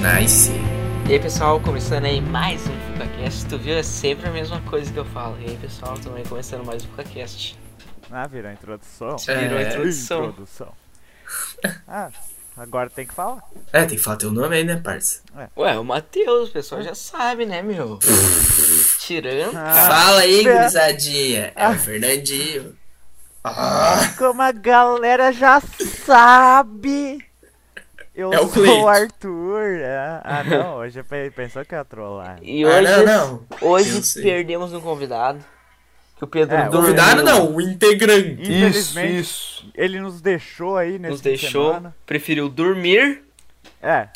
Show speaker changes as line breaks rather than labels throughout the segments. Nice.
E aí pessoal, começando aí mais um FucaCast. Tu viu? É sempre a mesma coisa que eu falo. E aí pessoal, também começando mais um FucaCast.
Ah, virou a introdução.
Virou a
É.
introdução.
Introdução. Ah, agora tem que falar.
É, tem que falar teu nome aí, né, parça?
Ué, o Matheus, o pessoal já sabe, né, meu? Tirando,
Ah.
cara.
Fala aí,
é.
gurizadinha. É o Fernandinho. Ah,
Como a galera já sabe, eu
É o
sou
Cleiton.
o Arthur. Ah, ah, não, hoje eu pe- pensou que ia trollar.
E
Ah,
hoje,
não, não. Eu
hoje
sei.
perdemos um convidado. Que o Pedro
É, o
dormiu.
convidado não, o integrante.
Isso,
Infelizmente,
isso.
ele nos deixou aí nesse
Nos deixou,
semana.
preferiu dormir.
É,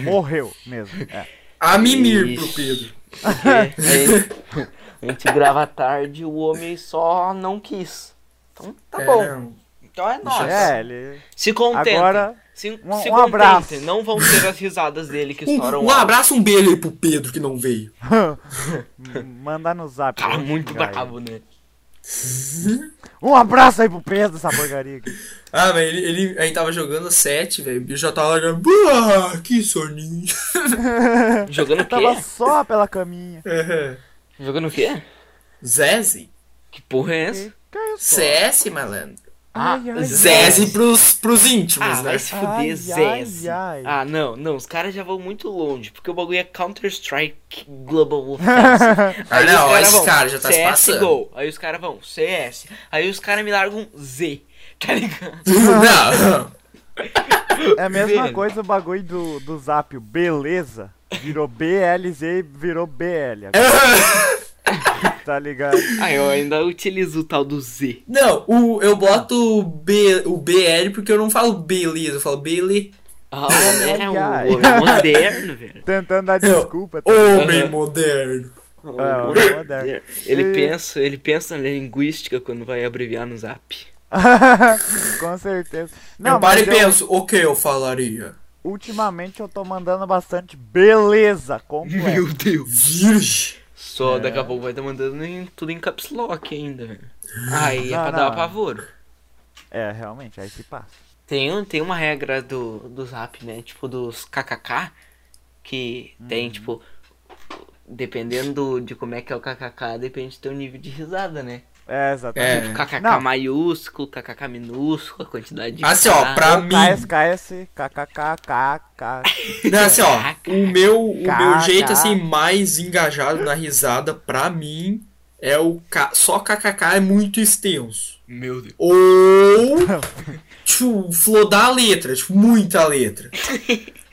morreu mesmo. é.
A mimir
Isso.
pro Pedro.
porque a gente- a gente grava tarde e o homem só não quis. Então tá
É,
bom.
não.
Então é nóis.
É, ele...
Se contenta.
Agora,
se,
um-
se
um abraço.
contentem, Não vão ter as risadas dele que
Um,
estouram
um
alto.
abraço, um beijo aí pro Pedro que não veio.
mandar no zap.
Cara,
eu vou
Tá muito
xingar ele.
brabo, né?
Um abraço aí pro Pedro dessa porcaria aqui.
Ah, mas ele, ele aí tava jogando 7, velho. Eu já tava já. Ah, que soninho.
Jogando o quê?
Tava só pela caminha.
Jogando o quê?
Zeze?
Que porra é essa?
Que isso?
CS, malandro.
Ah,
Ai, ai, ai.
Zeze pros, pros íntimos,
Ah,
né?
vai se
Ai,
fuder,
ai,
Zez.
ai.
Ah, não, não, os caras já vão muito longe, porque o bagulho é Counter-Strike Global Offensive.
Ah,
Aí
não,
os caras
esse
vão
cara já tá se passando.
CSGO, aí os caras vão CS, aí os caras me largam Z, tá ligado?
não.
É a mesma
Velho.
coisa o bagulho do, do zap, o beleza. Virou BLZ e virou BL.
É?
agora. tá ligado?
Aí Ah, eu ainda utilizo o tal do Z.
Não, o, eu boto o, B, o BL porque eu não falo beleza, eu falo bele.
Ah, o é um
ai.
homem moderno, velho.
Tentando dar desculpa. tá ligado?
Homem moderno.
Um
É,
homem
homem moderno.
Ele
E-
pensa, ele pensa na linguística quando vai abreviar no zap.
Com certeza.
eu
Não,
paro e
mas eu,
penso, o que eu falaria?
ultimamente eu tô mandando bastante beleza completo.
Deus.
Virgem.
Só daqui a pouco vai estar mandando em- tudo em caps lock ainda, velho. Aí é
Não,
pra
não.
dar pavor.
É, realmente, aí se passa.
Tem, um- tem uma regra do, do zap, né? Tipo, dos kkk, que tem, tipo, dependendo de como é que é o kkk, depende do teu nível de risada, né? Tipo,
É, exatamente.
Kkk
Não.
maiúsculo, kkk minúsculo, a quantidade de...
Assim, ó,
K.
pra mim.
KS, KS, KKKKK.
Não, assim, ó,
Caraca.
o meu, o meu
Caraca.
jeito assim mais engajado na risada pra mim é o K, só kkk é muito extenso.
Meu Deus.
Ou tipo, flodar a letra, tipo, muita letra.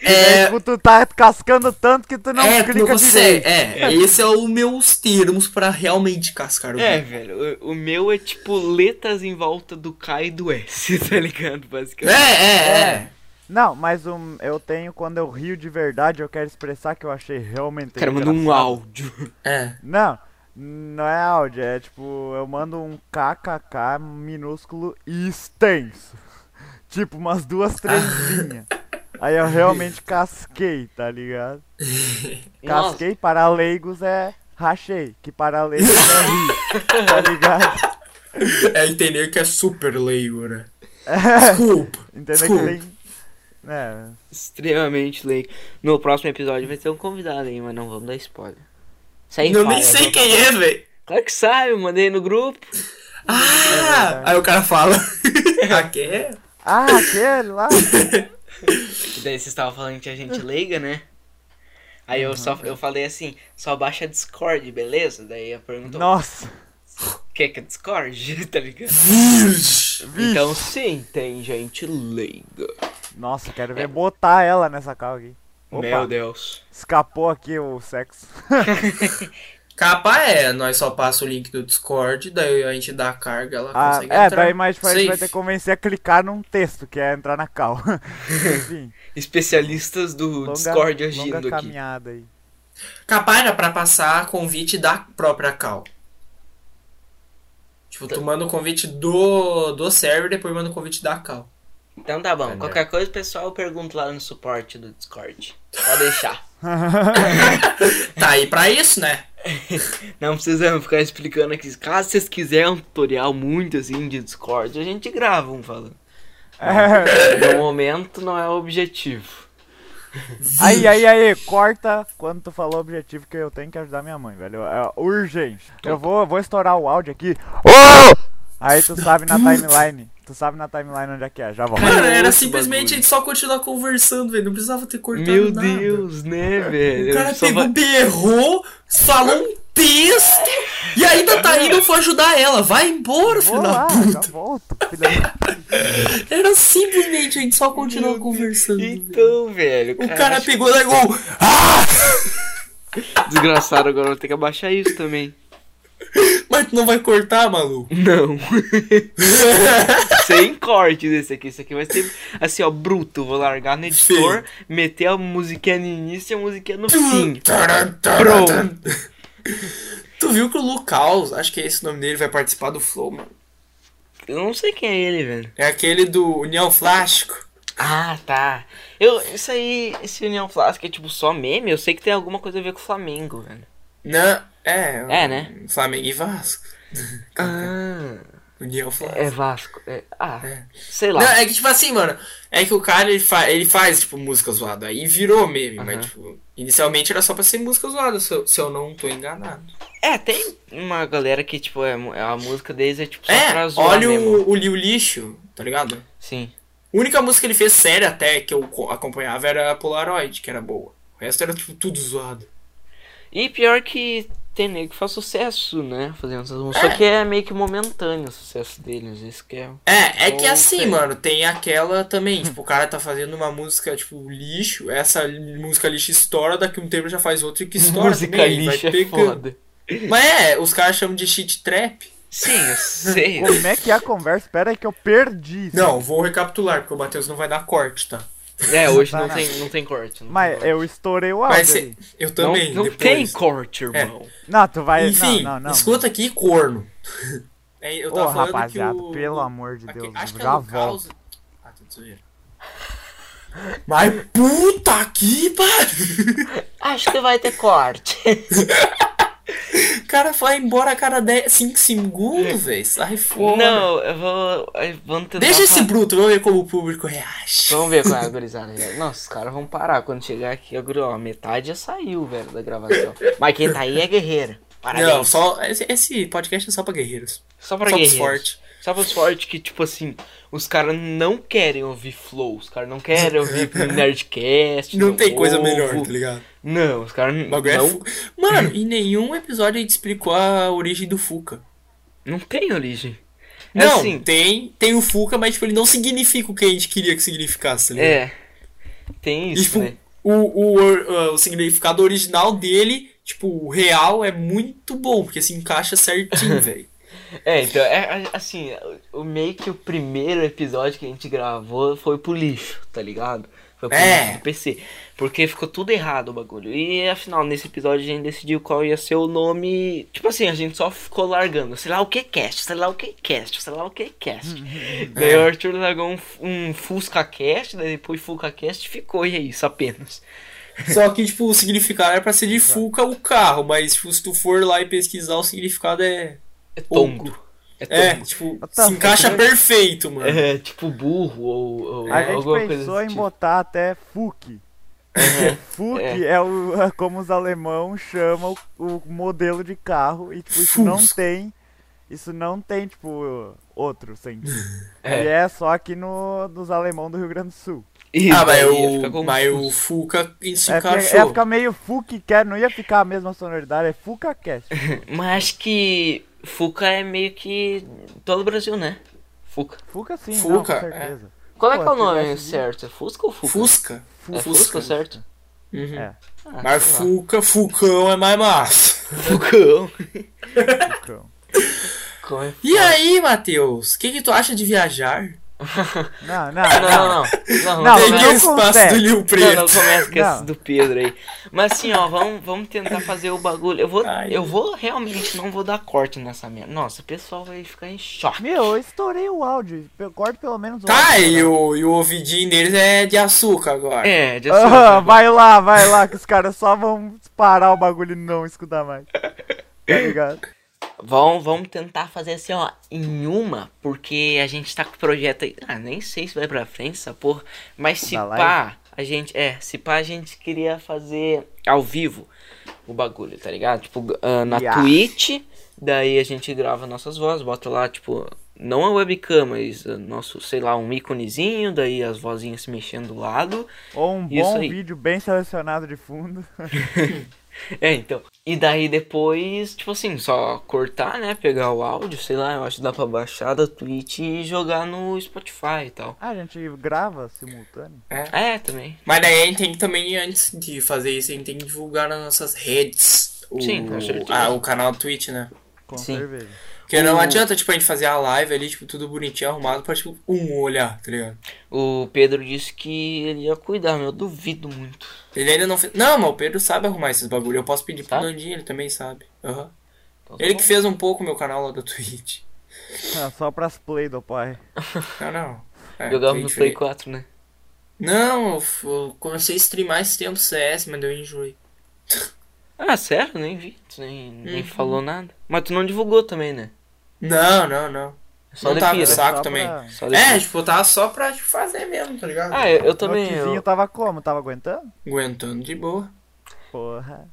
É,
Tipo, tu tá cascando tanto que tu não
é,
clica
não consegue.
direito.
É, esse é os meus termos pra realmente cascar o
É,
bico.
velho, o, o meu é tipo letras em volta do K e do S, tá ligado? Basicamente.
É, é, é.
Não, mas um, eu tenho quando eu rio de verdade, eu quero expressar que eu achei realmente.
O cara manda um
engraçado.
áudio.
É.
Não, não é áudio, é tipo, eu mando um kkk minúsculo e extenso. Tipo, umas duas, três linhas. Aí eu realmente casquei, tá ligado?
Nossa,
É?
Casquei para leigos é rachei, que para leigos é rir, tá ligado?
É entender que é super leigo, né?
É.
Desculpa.
Entendeu
Desculpa.
que tem... É,
extremamente leigo. No próximo episódio vai ter um convidado aí, mas não vamos dar spoiler. Sem
Eu
fala,
nem sei
né?
quem é, velho.
Claro que sabe, eu mandei no grupo.
Ah! Aí o cara fala. ah, que é?
Ah, aquele lá.
E daí vocês estavam falando que a gente leiga, né? Aí
Uhum.
eu, só, eu falei assim, só baixa Discord, beleza? Daí eu perguntou,
Nossa.
o que é que é Discord? tá ligado?
Virgem.
Vixe.
Então sim, tem gente leiga.
Nossa, quero ver botar ela nessa cal aqui. Opa,
É. Meu Deus.
escapou aqui o sexo.
Capa é, nós só passa o link do Discord, daí a gente dá a carga, ela
Ah,
consegue
é,
entrar.
daí mais pra gente vai
Safe.
ter que convencer a clicar num texto, que é entrar na cal. Enfim,
Especialistas do
longa,
Discord
longa
agindo aqui.
caminhada aí.
Capa era pra passar convite da própria cal. Tipo,
Tá.
tu manda o convite do, do server, depois manda o convite da cal.
Então tá bom.
Entendeu?
Qualquer coisa, pessoal, pergunta lá no suporte do Discord. Pode deixar.
Tá aí pra isso, né?
Não precisamos ficar explicando aqui. Caso vocês quiserem um tutorial muito assim de Discord, a gente grava um falando.
É,
No momento não é o objetivo.
Aí, aí, aí, corta quando tu falou o objetivo que eu tenho que ajudar minha mãe, velho. É urgente. Eu vou, vou estourar o áudio aqui. Aí tu sabe na timeline. Tu sabe na timeline onde é que é, já volto.
Cara, era
Esse
simplesmente
bagulho.
ele só continuar conversando, velho. Não precisava ter cortado
Meu
nada.
Deus, né, velho?
O cara
Eu só
pegou, um
va-
berrou, falou um texto e ainda tá indo foi ajudar ela. Vai embora,
Vou
filho da
lá,
puta.
já volto. filha da-
Era simplesmente a gente só continuar conversando.
Então, velho.
O cara pegou e ligou. Ah!
Desgraçado, agora eu vou ter que abaixar isso também.
Mas tu não vai cortar, maluco?
Não. Sem corte desse aqui. Isso aqui vai ser assim, ó, bruto. Vou largar no editor, meter a musiquinha no início e a musiquinha no fim. Pronto.
Tu viu que o Lucas, acho que é esse o nome dele, vai participar do Flow, mano.
Eu não sei quem é ele, velho.
É aquele do União Flástico.
Ah, tá. Eu, isso aí, esse União Flasca é tipo só meme? Eu sei que tem alguma coisa a ver com o Flamengo, velho.
Não, é.
É, né?
Flamengo e Vasco.
Ah,
União Flástico.
é Vasco. é- ah,
É.
sei lá.
Não, é que tipo assim, mano, é que o cara ele, fa ele faz, tipo, música zoada. Aí virou meme,
Aham.
mas, tipo, inicialmente era só pra ser música zoada, se eu, se eu não tô enganado.
É, tem uma galera que, tipo, é, mu- a música deles é tipo só pra
é,
zoar
olha
mesmo.
o, o Liu Lixo, tá ligado?
Sim.
A única música que ele fez séria até que eu co- acompanhava era a Polaroid, que era boa. O resto era, tipo, tudo zoado.
E pior que tem nego que faz sucesso, né? Fazendo essas músicas. Só que é meio que momentâneo o sucesso deles. Isso que é.
É, é que
Não
assim,
sei.
mano, tem aquela
Hum.
também, tipo, o cara tá fazendo uma música, tipo, lixo, essa li- música lixo estoura, daqui a um tempo já faz outra que estoura
música
também, e
lixo é
pegando.
foda.
Mas é, os caras chamam de shit trap.
Sim, eu sei.
Como é que é a conversa? Pera aí que eu perdi.
Não, vou recapitular, porque o Matheus não vai dar corte, tá?
é, hoje
Tá,
não
né?
tem, não tem corte. Não
Mas
tem corte.
eu estourei o
Mas
áudio
cê-
ali.
eu
Não,
também,
não tem
depois. É.
corte, irmão.
Não, tu vai...
Enfim,
não, não, não.
escuta aqui, corno. É, eu
Ô,
tava falando
rapaziada,
que o...
pelo amor de Deus,
Aqui, acho que é
já
no
volto.
caos... Ah, tudo zoeira. Mas puta que pariu!
Acho que vai ter corte.
O cara vai embora a cada 10, 5 segundos, velho. Sai fora.
não, eu vou. eu- Vamos tentar.
Deixa esse
falar.
bruto, vamos ver como o público reage.
Vamos ver qual é a gurizada. velho. Nossa, os caras vão parar quando chegar aqui. A guri- ó, metade já saiu, velho, da gravação. Mas quem tá aí é guerreiro. Parabéns.
Não, só. Esse, esse podcast é só pra guerreiros.
Só pra
Só pros
guerreiros.
fortes.
Só pros fortes que, tipo assim, os caras não querem ouvir flow, os caras não querem ouvir um Nerdcast. um
Não tem coisa
ovo.
melhor, tá ligado?
Não, os caras n-
O bagulho é
não, Uhum.
fu- Mano, em nenhum episódio a gente explicou a origem do Fuca.
não tem origem. É
Não,
assim,
tem, tem o Fuca, mas tipo, ele não significa o que a gente queria que significasse, né?
é. Tem isso,
tipo,
né?
o, o, or- ah, o significado original dele, tipo, o real é muito bom, porque se encaixa certinho, velho.
É, então, é, é, assim, o- o meio que o primeiro episódio que a gente gravou foi pro lixo, tá ligado? Foi pro
É.
lixo do PC. Porque ficou tudo errado o bagulho. E afinal, nesse episódio a gente decidiu qual ia ser o nome. Tipo assim, a gente só ficou largando. Sei lá o que é cast, sei lá o que é cast, sei lá o que é cast.
Uhum. É.
daí o Arthur largou um, um Fusca Cast, daí depois Fusca Cast ficou, e é isso apenas.
Só que, tipo, o significado era pra ser de Fuca o carro, mas tipo, se tu for lá e pesquisar, o significado é.
É
Tongo.
tongo. É
É,
tongo.
tipo,
Tá,
se encaixa
tá.
perfeito, mano.
É, tipo burro ou, ou
A
É, alguma
gente
coisa
pensou
desse
em
tipo. Uhum.
botar até FUC. FUC é, o, é como os alemão chamam o, o modelo de carro e tipo, isso não
Fusca.
tem. Isso não tem, tipo, outro sentido.
É.
E é só aqui no, dos alemão do Rio Grande do Sul.
Isso,
Ah, mas,
É Então, aí ia ficar
o, mas
confuso.
o Fuca se
É,
encaixou.
ia ficar meio FUC quer, não ia ficar a mesma sonoridade, é FUCA Cast.
Mas acho que Fuca é meio que todo o Brasil, né? Fuca.
FUCA sim, não, com
Fuca, é.
certeza.
Qual é
Pô,
que é o
se
nome
tivesse-
certo? É Fusca ou Fuca?
Fusca?
É
Fusca.
Fusca, certo?
Uhum.
É.
Ah,
Mas
sei lá.
Fuca, Fucão é mais massa.
Fucão.
Fucão.
Como é?
E aí, Matheus? O que, que tu acha de viajar?
Não,
Não, não, não.
não, não. Não, não,
Não,
Peguei o
começa,
não
espaço
consegue.
do Rio
não,
Preto.
não começa com esse
Não.
do Pedro aí. Mas assim, ó, vamos, vamos tentar fazer o bagulho. Eu vou,
Ai.
eu vou realmente não vou dar corte nessa merda. Nossa, o pessoal vai ficar em choque.
Meu, eu estourei o áudio. Eu corto pelo menos o
Tá,
áudio.
e o, e o ouvidinho deles é de açúcar agora.
É, de
Ah,
assunto.
vai lá, vai lá, que os caras só vão parar o bagulho e não escutar mais. Tá ligado?
Vamos, vamos tentar fazer assim, ó, em uma, porque a gente tá com o projeto aí. Ah, nem sei se vai pra frente essa porra. Mas se
Da
pá, A gente, é, se pá, a gente queria fazer ao vivo o bagulho, tá ligado? Tipo, ah, na
Yeah.
Twitch, daí a gente grava nossas vozes, bota lá, tipo, não a webcam, mas ah, nosso, sei lá, um íconezinho, daí as vozinhas se mexendo do lado.
Ou um
Isso
bom
aí.
vídeo bem selecionado de fundo.
É, então. E daí depois, tipo assim, só cortar, né? Pegar o áudio, sei lá, eu acho que dá pra baixar da Twitch e jogar no Spotify e tal.
Ah, a gente grava simultâneo.
É, também.
Mas daí a gente tem que também, antes de fazer isso, a gente tem que divulgar nas nossas redes o,
Sim, com certeza.
ah, o canal Twitch, né?
Com
Sim.
cerveja.
Porque não
O-
adianta, tipo, a gente fazer a live ali, tipo, tudo bonitinho, arrumado, pra, tipo, um olhar, tá ligado?
O Pedro disse que ele ia cuidar, meu, eu duvido muito.
Ele ainda não fez... Não, mas o Pedro sabe arrumar esses bagulho. Eu posso pedir pro
Sabe?
Nandinho, ele também sabe. Aham.
Então, tá
Ele
bom.
que fez um pouco meu canal lá da Twitch.
Ah, só pras play do pai.
Não, não. É,
Jogava
Twitch
no Play
foi-
4, né?
Não, eu f- eu comecei a streamar esse tempo CS, mas eu enjoei.
Ah, sério? Nem vi. Tu nem,
Uhum.
nem falou nada. Mas tu não divulgou também, né?
Não, não, não.
É
Não
de
tava no
pira.
saco
Só
também.
pra-
Só de
É,
pira.
tipo, eu tava só pra tipo, fazer mesmo, tá ligado?
Ah, eu, eu também.
Notzinho
Eu,
tava como? Tava aguentando?
Aguentando de boa.
Porra.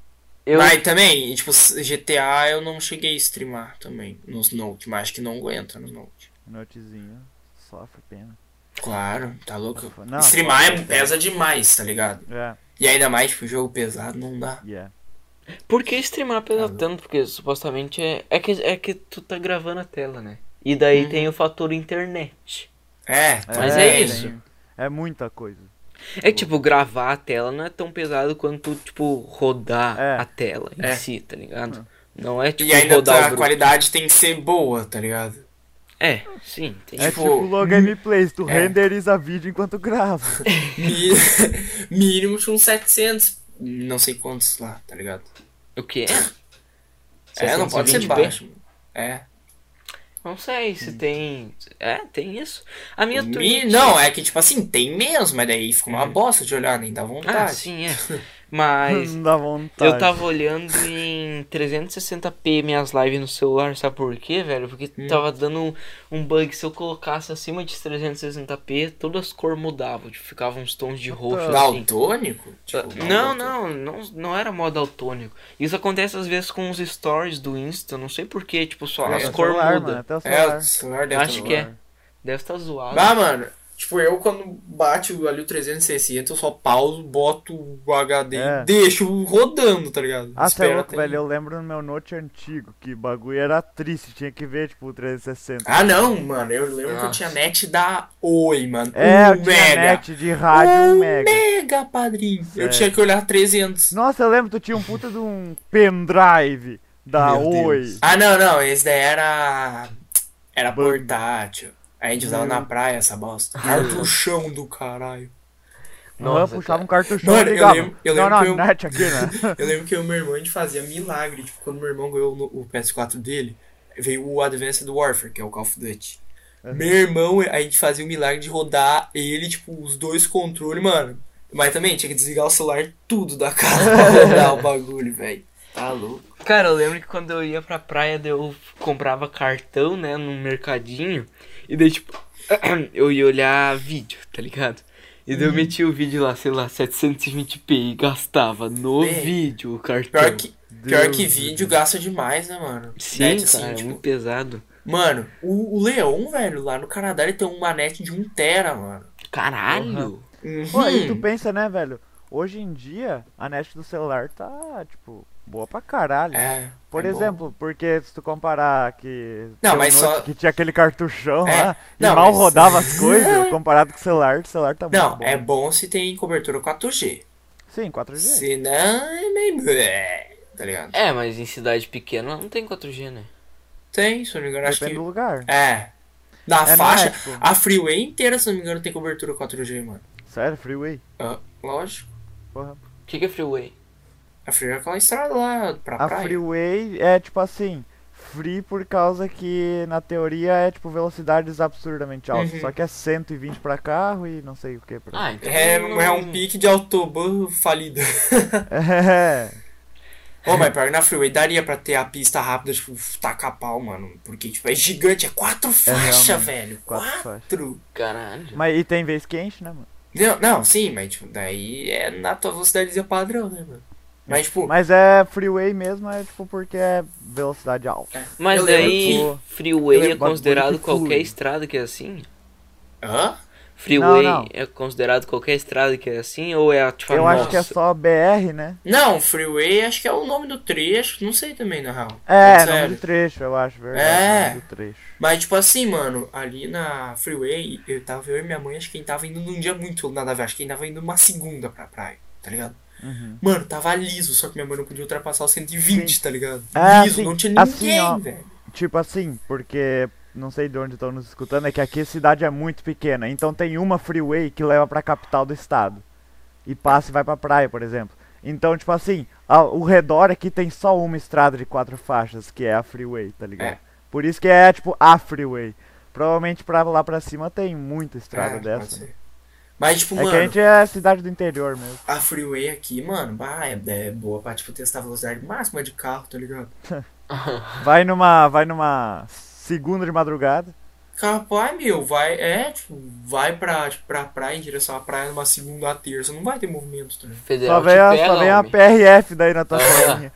eu,
Mas também, e, tipo, GTA eu não cheguei a streamar também nos Note, mas acho que não aguenta no Note.
Notezinho. Sofre pena.
Claro, tá louco?
Não,
Streamar é- pesa demais, tá ligado?
É,
E ainda mais, tipo, jogo pesado não dá.
yeah.
Por que streamar pesa tanto? Porque supostamente é. É que, é que tu tá gravando a tela, né? E daí
Uhum.
tem o fator internet.
É,
Mas
também.
é isso.
tem- É muita coisa.
É que, tipo, gravar a tela não é tão pesado quanto, tipo, rodar
É.
a tela em
É.
si, tá ligado? Não é tipo
E ainda
rodar o
tá- a
bruto.
qualidade tem que ser boa, tá ligado?
É, sim, tem.
É
Tipo,
tipo low
hum,
gameplays, tu
é.
renderiza vídeo enquanto grava.
Mi- Mínimo de uns 700, não sei quantos lá, tá ligado?
O que é?
É, não pode ser
720p?
baixo. mano. É.
Não sei se tem. É, tem isso. A minha
Mi-
Twitch.
Não, é que tipo assim, tem mesmo, mas daí fica uma bosta de olhar, nem dá
Ah,
vontade.
sim, é. Mas.
Não dá vontade.
Eu tava olhando em 360p minhas lives no celular, sabe por quê, velho? Porque
Hum.
tava dando um, um bug. Se eu colocasse acima de 360p, todas as cores mudavam. Tipo, ficavam uns tons de roxo assim.
Daltônico? Tipo, daltônico.
Não, não, não, não era modo daltônico. Isso acontece às vezes com os stories do Insta, eu não sei porquê, tipo, só
É,
as
o
cores
celular,
mudam.
mano, até o
É,
celular.
o celular deve
Acho
tá
que é.
zoado.
Deve estar zoado.
Ah, mano, tipo, eu quando bate o- ali o 360, eu só pauso, boto o HD
É.
e deixo rodando, tá ligado?
Ah, cê é
Espero
louco,
até-
velho. Eu lembro no meu note antigo que bagulho era triste, tinha que ver, tipo, o 360.
Ah, não, mano, eu lembro que eu
Nossa.
tinha net da Oi, mano.
é,
um
eu tinha
mega.
net de rádio, um mega. É.
mega, padrinho. Eu
Sério.
tinha que olhar 300.
Nossa, eu lembro, tu tinha um puta de um pendrive da
Meu
Oi.
Deus. Ah, não, não. Esse daí era. Era
Bug. Hum.
portátil. A gente usava na praia essa bosta. Cartuchão do caralho.
Não, eu
Nossa, cara.
puxava um cartuchão
tá. Mano,
e
eu
ligava.
lembro- eu
não,
lembro
não,
que eu-
net aqui, né?
Eu lembro que o meu irmão a gente fazia milagre. Tipo, quando meu irmão ganhou no- o PS4 dele, veio o Advanced Warfare, que é o Call of Duty.
Uhum.
Meu irmão, a gente fazia o milagre de rodar ele, tipo, os dois controles, mano. Mas também tinha que desligar o celular tudo da casa pra rodar o bagulho, velho. Tá louco.
Cara, eu lembro que quando eu ia pra praia, daí eu comprava cartão, né, num mercadinho, e daí, tipo, eu ia olhar vídeo, tá ligado? E daí eu metia o vídeo lá, sei lá, 720p e gastava no
Bem,
vídeo o cartão.
Pior que, pior
Deus
que
do
vídeo gasta demais, né, mano?
Sim,
Net, assim,
cara, é
tipo,
muito pesado.
Mano, o, o Leon, velho, lá no Canadá, ele tem uma net de 1 tera, mano.
Caralho!
Pô, aí tu
Uhum.
pensa, né, velho? Hoje em dia, a net do celular tá, tipo, boa pra caralho.
É,
Por
é bom.
exemplo, porque se tu comparar que.
Não,
teu
mas
note
só-
Que tinha aquele cartuchão
É,
lá
não,
e mal
mas-
rodava as coisas, comparado com o celular, o celular tá muito
Não,
bom.
é bom se tem cobertura 4G.
Sim, 4G.
Se não, é meio... blé, Tá ligado?
É, mas em cidade pequena não tem 4G, né?
Tem, se eu não me engano, acho
Depende do
que...
lugar.
É. Na
É, não
faixa,
é, tipo-
a freeway inteira, se eu não me engano, tem cobertura 4G, mano.
Sério, freeway.
Ah, lógico.
Porra.
O que, que é freeway?
A freeway é aquela estrada lá pra
A
Tá praia.
freeway é tipo assim. Free por causa que na teoria é tipo velocidades absurdamente altas.
Uhum.
Só que é 120 pra carro e não sei o que pra.
Ah, então.
É,
não-
é um pique de autobahn falido. Ah,
É.
Ô, mas pior que na freeway daria pra ter a pista rápida, tipo, tacar pau, mano. Porque, tipo, é gigante, é quatro faixas,
realmente,
velho.
quatro
Quatro.
faixas.
Caralho.
Mas e tem vez quente, né, mano?
Não, não, sim, mas tipo, daí é na tua velocidadezinha padrão, né, mano? Mas, tipo,
Mas é freeway mesmo, é tipo porque é velocidade alta.
Mas
Eu lembro
daí,
que- eu
freeway é
lembro bagulho
considerado
que flui.
qualquer estrada que é assim?
hã?
Freeway
Não, não.
é considerado qualquer estrada que é assim? Ou é
Tá,
tipo a
Eu acho que é
nossa?
só BR, né?
Não, freeway acho que é o nome do trecho, não sei também, na real.
É,
Sério.
nome do trecho, eu acho, verdade.
É.
Nome do trecho.
Mas, tipo assim, mano, ali na Freeway, eu tava eu e minha mãe, acho que a gente tava indo num dia muito nada a ver, acho que a gente tava indo uma segunda pra praia, tá ligado?
Uhum.
Mano, tava liso, só que minha mãe não podia ultrapassar o 120, tá ligado?
Ah,
liso,
sim.
não tinha
Assim,
ninguém,
ó.
velho.
Tipo assim, porque não sei de onde estão nos escutando, é que aqui a cidade é muito pequena, então tem uma freeway que leva pra capital do estado. E passa e vai pra praia, por exemplo. Então, tipo assim, ao o redor aqui tem só uma estrada de quatro faixas, que é a freeway, tá ligado?
É.
Por isso que é tipo a freeway. Provavelmente pra lá pra cima tem muita estrada
É, pode
dessa. né?
ser. Mas, tipo,
É
mano,
que a gente é cidade do interior mesmo.
a Freeway aqui, mano, bah, é, é boa pra, tipo, testar a velocidade máxima de carro, tá ligado?
Vai numa. Vai numa segunda de madrugada.
Capaz, meu, vai, é, tipo, vai pra, tipo, pra praia, em direção à praia, numa segunda a terça, não vai ter movimento, tá ligado?
Federal
Só
te
vem, a,
pega,
só vem a
homem.
PRF daí na tua
Ah.
É.
perninha.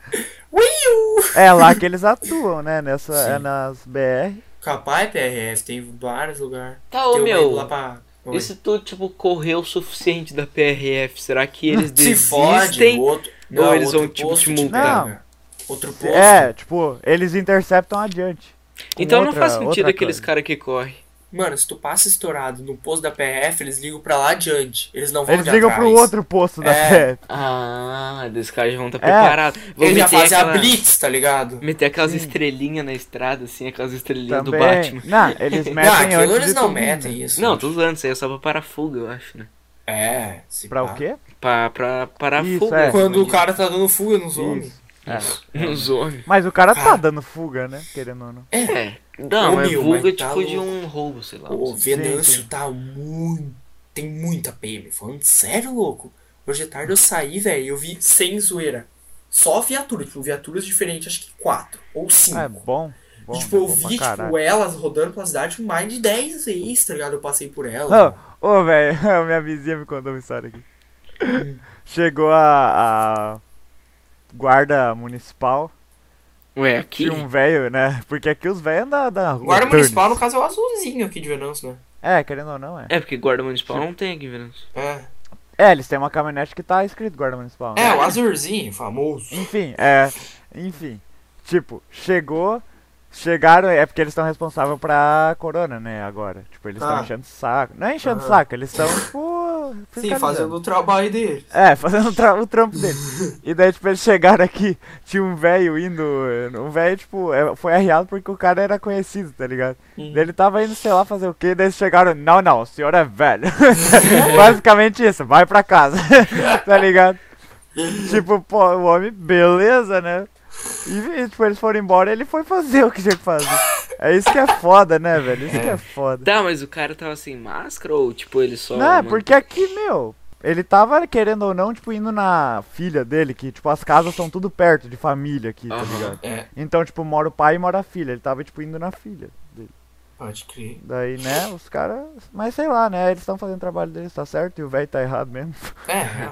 Uiu!
É lá que eles atuam, né? Nessa, é
Sim.
nas BR.
Capaz, PRF, tem vários lugares.
Tá, ô
tem uma
meu,
indo lá pra... Oi.
e se tu, tipo, correu o suficiente da PRF, será que eles
Se fode,
desistem?
o outro...
ou
o
eles
outro
vão, tipo,
posto
te
te
multar?
pega. Outro posto.
É, tipo, eles interceptam adiante. Com
então não
outra-
faz
outra
sentido aqueles
coisa.
caras que correm.
Mano, se tu passa estourado no posto da PRF, eles ligam pra lá adiante. Eles não vão
Eles
de
ligam
atrás.
pro outro posto da
É.
BR.
Ah, esses caras vão estar
É,
preparados. Vão
Eles já
meter,
fazem
aquela,
a blitz, tá ligado?
meter aquelas
Sim.
estrelinhas na estrada, assim, aquelas estrelinhas do
Também.
Batman.
Não, eles metem
não, Ah, aquilo
antes
eles
de né?
não
todo mundo.
metem isso.
Não, tô usando isso aí é só pra parafuga, eu acho, né?
É, se
Pra
pá.
o quê?
Pra, pra
Isso,
parafuga.
é.
Quando o É. cara tá dando fuga nos homens.
Isso.
Nos homens.
Mas o cara tá
Cara.
dando fuga, né? Querendo ou não.
É. Não,
Ô,
é
meu,
vulga
mas
tipo
tá
de
louco.
um roubo, sei lá.
O
Sim,
Venâncio tá muito. Tem muita PM. Falando sério, louco. Hoje de tarde eu saí, velho, e eu vi sem zoeira. Só viatura, tipo, viaturas diferentes, acho que quatro ou cinco.
Ah, é bom. bom
e, tipo, eu
bom pra
vi,
caralho.
tipo, elas rodando pela cidade tipo, mais de 10 vezes, tá ligado? Eu passei por elas.
Ô, ô, velho, minha vizinha me contou uma história aqui. Chegou a, a guarda municipal
Ué, aqui?
e um velho, né? Porque aqui os velhos andam da rua.
Guarda
turnos.
municipal, no caso, é o azulzinho aqui de Venâncio, né?
É, querendo ou não, é.
É, porque guarda municipal não tem aqui, né? velho.
É.
É, eles têm uma caminhonete que tá escrito guarda municipal. né?
É, o azulzinho, famoso.
Enfim, é. Enfim. Tipo, chegou. Chegaram, é porque eles estão responsáveis pra corona, né? Agora. Tipo, eles estão
Ah.
enchendo o saco. Não é enchendo o
Aham.
saco, eles estão, tipo.
Sim,
fiscalizando.
fazendo o trabalho dele.
É, fazendo o, tra- o trampo dele. E daí, tipo, eles chegaram aqui, tinha um velho indo. Um velho, tipo, é, foi arriado porque o cara era conhecido, tá ligado?
Uhum.
Daí ele tava indo, sei lá, fazer o quê, daí eles chegaram, não, não, o senhor é velho. Basicamente isso, vai pra casa, tá ligado? Tipo, pô, o homem, beleza, né? E, e, tipo, eles foram embora ele foi fazer o que tinha que fazer. É isso que é foda, né, velho? Isso que é foda.
Tá, mas o cara tava sem máscara ou tipo ele só.
Não, é
mano-
porque aqui, meu, ele tava, querendo ou não, tipo, indo na filha dele, que, tipo, as casas são tudo perto de família aqui, tá
Aham.
ligado?
É,
Então, tipo, mora o pai e mora a filha. Ele tava, tipo, indo na filha.
pode crer.
Daí, né, os caras. Mas sei lá, né? Eles estão fazendo o trabalho deles, tá certo? E o velho tá errado mesmo.
É, é.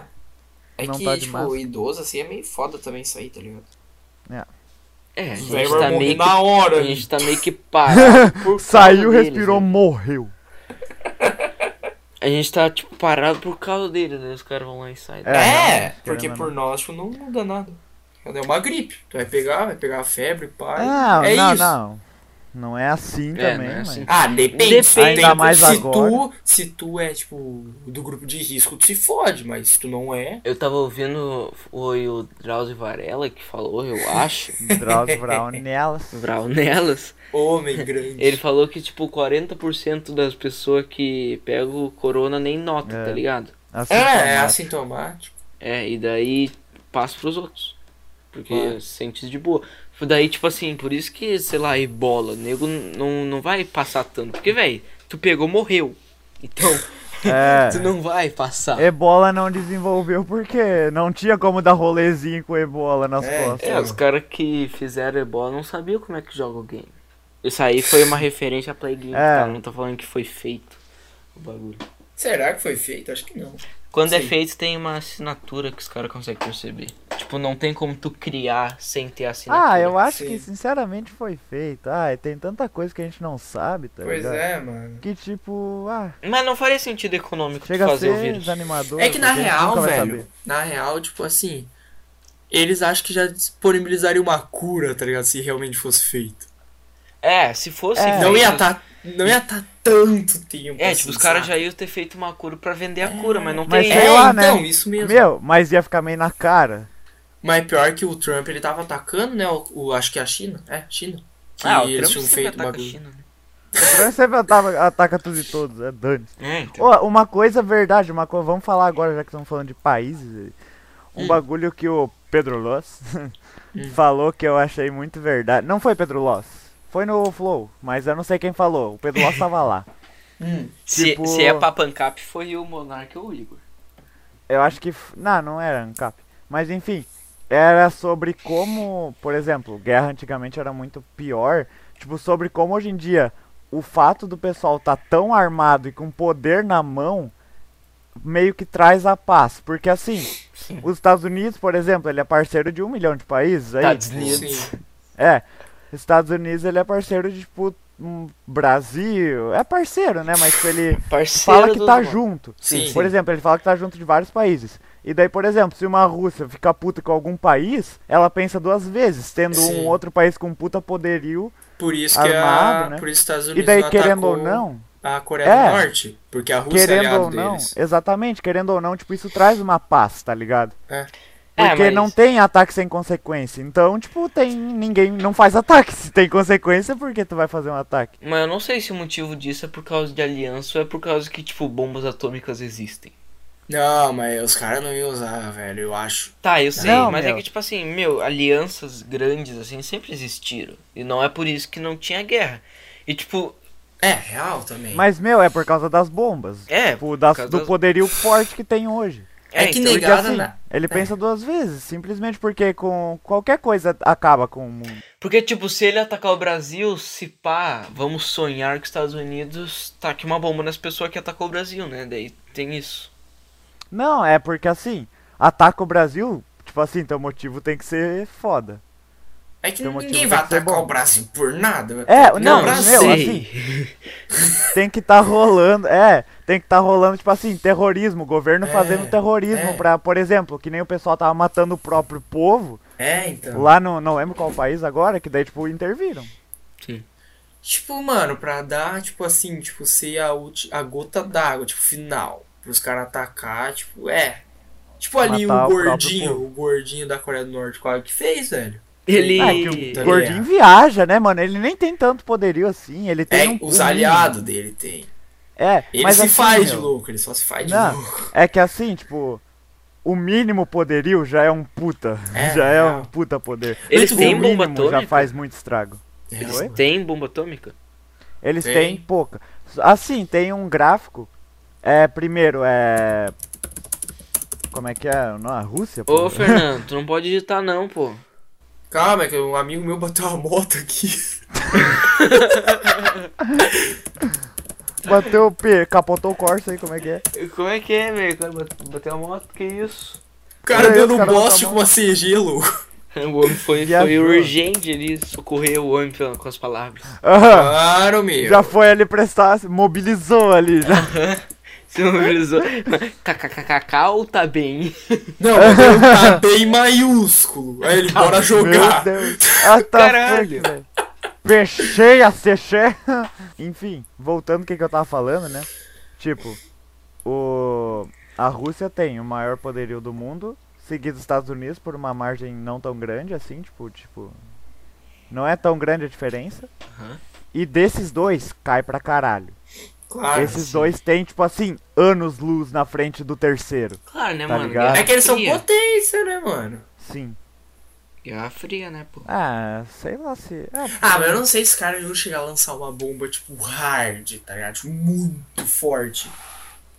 É
Não
que,
tá de
tipo,
máscara.
idoso assim é meio foda também isso aí, tá ligado?
É, a
O
gente
velho vai
tá
morrer
meio que.
na hora.
A gente tá meio que parado. por causa
Saiu,
deles,
respirou,
né?
morreu.
A gente tá, tipo, parado por causa deles, né? Os caras vão lá e saem.
É,
É,
não,
porque
querendo ou
por nós, tipo, não muda nada. É uma gripe. Tu vai pegar, vai pegar a febre, pai.
Não,
é
não,
isso.
não. Não é assim
É,
também,
não é
mas.
assim.
Ah, depende.
Depende.
se tem-
Ainda mais
se
agora.
Tu, se tu é, tipo, do grupo de risco, tu se fode, mas se tu não é.
Eu tava ouvindo foi o Drauzio Varela que falou, eu acho,
Drauzio Brown assim nelas.
Vral nelas.
Homem grande.
Ele falou que, tipo, 40% das pessoas que pegam o corona nem nota,
É.
tá ligado?
Assim,
É, é
tomate.
assintomático.
É, e daí passa pros outros. Porque
Claro.
sente de boa. Daí, tipo assim, por isso que, sei lá, ebola, nego não, não vai passar tanto. Porque, velho, tu pegou, morreu. Então, tu
É.
não vai passar.
Ebola não desenvolveu porque não tinha como dar rolezinho com ebola nas
É,
costas.
É, os caras que fizeram ebola não sabiam como é que joga o game. Isso aí foi uma referência a Play Game,
É.
tá? Não tô falando que foi feito o bagulho.
Será que foi feito? Acho que não.
Quando é
Sim.
feito, tem uma assinatura que os caras conseguem perceber. Tipo, não tem como tu criar sem ter assinatura.
Ah, eu acho
sim.
que sinceramente foi feito. Ah, tem tanta coisa que a gente não sabe, tá
Pois
ligado?
é, mano.
Que tipo, ah,
Mas não faria sentido econômico tu
chega a
fazer o
ser
vírus.
desanimador.
É que na
porque a gente
real,
nunca vai
velho, na real, tipo assim, eles acham que já disponibilizariam uma cura, tá ligado? Se realmente fosse feito.
É, se fosse.
É.
Não
feito-
ia tá, não ia tá tanto tempo.
É,
assim,
tipo, os caras
sabe?
já iam ter feito uma cura pra vender a cura, mas não
Mas
tem.
É,
sei lá, né?
então, isso mesmo.
saber. Meu, mas ia ficar meio na cara.
Mas pior que o Trump, ele tava atacando, né? O, o- acho que a China. É, China. Que
Ah, o
eles
Trump
tinham
sempre
feito um
ataca a
bagulho.
China, né?
O é Trump sempre ataca, ataca tudo e todos, é dane
É,
Tipo-
então.
Ô, uma coisa verdade, uma coisa, vamos falar agora, já que estamos falando de países. Um
Hum.
bagulho que o Pedro Loss
Hum.
falou que eu achei muito verdade. Não foi Pedro Loss, foi no Flow, mas eu não sei quem falou. O Pedro Loss tava lá.
Hum.
se,
tipo-
se é pra pancap, foi o Monarca ou o Igor.
Eu acho que. f- Não, não era ANCAP. Mas enfim, era sobre como, por exemplo, guerra antigamente era muito pior. Tipo, sobre como hoje em dia o fato do pessoal tá tão armado e com poder na mão meio que traz a paz. Porque assim,
Sim.
os Estados Unidos, por exemplo, ele é parceiro de um milhão de países aí.
Estados
tipo,
Unidos.
Sim.
É. Estados Unidos ele é parceiro de tipo um Brasil. É parceiro, né? Mas tipo, ele
Parceiro
fala que
dos
tá
Monarca.
junto.
Sim, sim.
Por exemplo, ele fala que tá junto de vários países. E daí, por exemplo, se uma Rússia ficar puta com algum país, ela pensa duas vezes, tendo
Sim.
um outro país com puta poderio.
Por isso que a,
Armado, né?
por isso os Estados Unidos
E daí,
não
querendo ou
atacou
não,
a Coreia
É.
do Norte, porque a tá Rússia é
querendo
aliado
ou não,
deles.
exatamente, querendo ou não, tipo, isso traz uma paz, tá ligado?
É.
É,
Porque
mas-
não tem ataque sem consequência. Então, tipo, tem ninguém não faz ataque. Se tem consequência, por que tu vai fazer um ataque?
Mas eu não sei se o motivo disso é por causa de aliança ou é por causa que, tipo, bombas atômicas existem.
é-
Não, mas os caras não iam usar, velho, eu acho.
Tá, eu sei,
Não,
mas é
meu.
que, tipo assim, meu, alianças grandes, assim, sempre existiram. E não é por isso que não tinha guerra. E, tipo,
É, real também.
Mas, meu, é por causa das bombas.
é.
Tipo,
por
das-
causa
do
das-
poderio forte que tem hoje.
É que
então,
nem-
Porque
Ligado,
assim,
né?
ele pensa duas vezes, simplesmente porque com qualquer coisa acaba com o mundo.
Porque, tipo, se ele atacar o Brasil, se pá, vamos sonhar que os Estados Unidos taque uma bomba nas pessoas que atacou o Brasil, né? Daí tem isso.
Não, é porque assim, ataca o Brasil, tipo assim, teu motivo tem que ser foda.
é que
tem um motivo
ninguém
pra
vai
ser
atacar
bom.
o Brasil por nada.
É,
velho.
não,
o Brasil.
meu, assim- Tem que tá rolando, é, tem que tá rolando, tipo assim, terrorismo, o governo
É,
fazendo terrorismo
é.
pra, por exemplo, que nem o pessoal tava matando o próprio povo,
É, então.
lá no, não lembro qual país agora, que daí, tipo, interviram.
Tipo, mano, pra dar, tipo assim, tipo, ser a, ulti- a gota d'água, tipo, final. Pros caras atacar, tipo, é. Tipo ali
Matar
o
o próprio
gordinho,
povo.
o gordinho da Coreia do Norte, qual é que fez, velho?
Ele.
Ah, é que
Tá
o gordinho
ligado.
viaja, né, mano, ele nem tem tanto poderio assim, ele tem
É,
um...
os
um-
aliados dele tem.
É,
Ele
mas
se
assim,
faz de
meu,
louco, ele só se faz de
Não.
louco.
É que assim, tipo, o mínimo poderio já é um puta.
É,
já é
real.
um puta poder.
Eles
Tipo,
têm
o
bomba
mínimo já
atômica?
faz muito estrago.
É.
Eles
Oi?
têm bomba atômica?
Eles
Tem.
têm pouca. Assim, tem um gráfico. É, primeiro é. Como é que é? Não, a Rússia? pô?
Ô, Fernando, tu não pode digitar, não, pô.
Calma, é que um amigo meu bateu a moto aqui.
Bateu o P, capotou o Corsa aí, como é que é?
Como é que é, meu? Cara, bate- Bateu a moto, que isso?
O cara
Olha
deu
aí,
no
os caras
boste
botam a
com uma CG, louco.
O homem foi, foi
Viajou.
urgente, ele socorreu o homem pela- com as palavras.
Aham,
Claro, meu.
já foi ali prestar, mobilizou
É,
ali já.
Se mobilizou. KKKK ou tá bem?
Não, mas eu tá bem maiúsculo. Aí ele bora jogar.
Meu Deus. Ah, tá
Caralho.
fuck, velho. Fechei a sexé. Enfim, voltando ao que, que eu tava falando, né? Tipo, o... a Rússia tem o maior poderio do mundo, seguido dos Estados Unidos por uma margem não tão grande assim, tipo, tipo. Não é tão grande a diferença.
Aham.
E desses dois, cai pra caralho.
Claro.
Esses dois têm, tipo assim, anos-luz na frente do terceiro.
Claro, né,
Tá
mano?
ligado?
É que eles são
fria.
potência, né, mano?
Sim.
Guerra fria, né, pô?
Ah, sei lá se. Ah,
Ah, mas eu não sei se os caras iam chegar a lançar uma bomba, tipo, hard, tá ligado? Tipo, muito forte.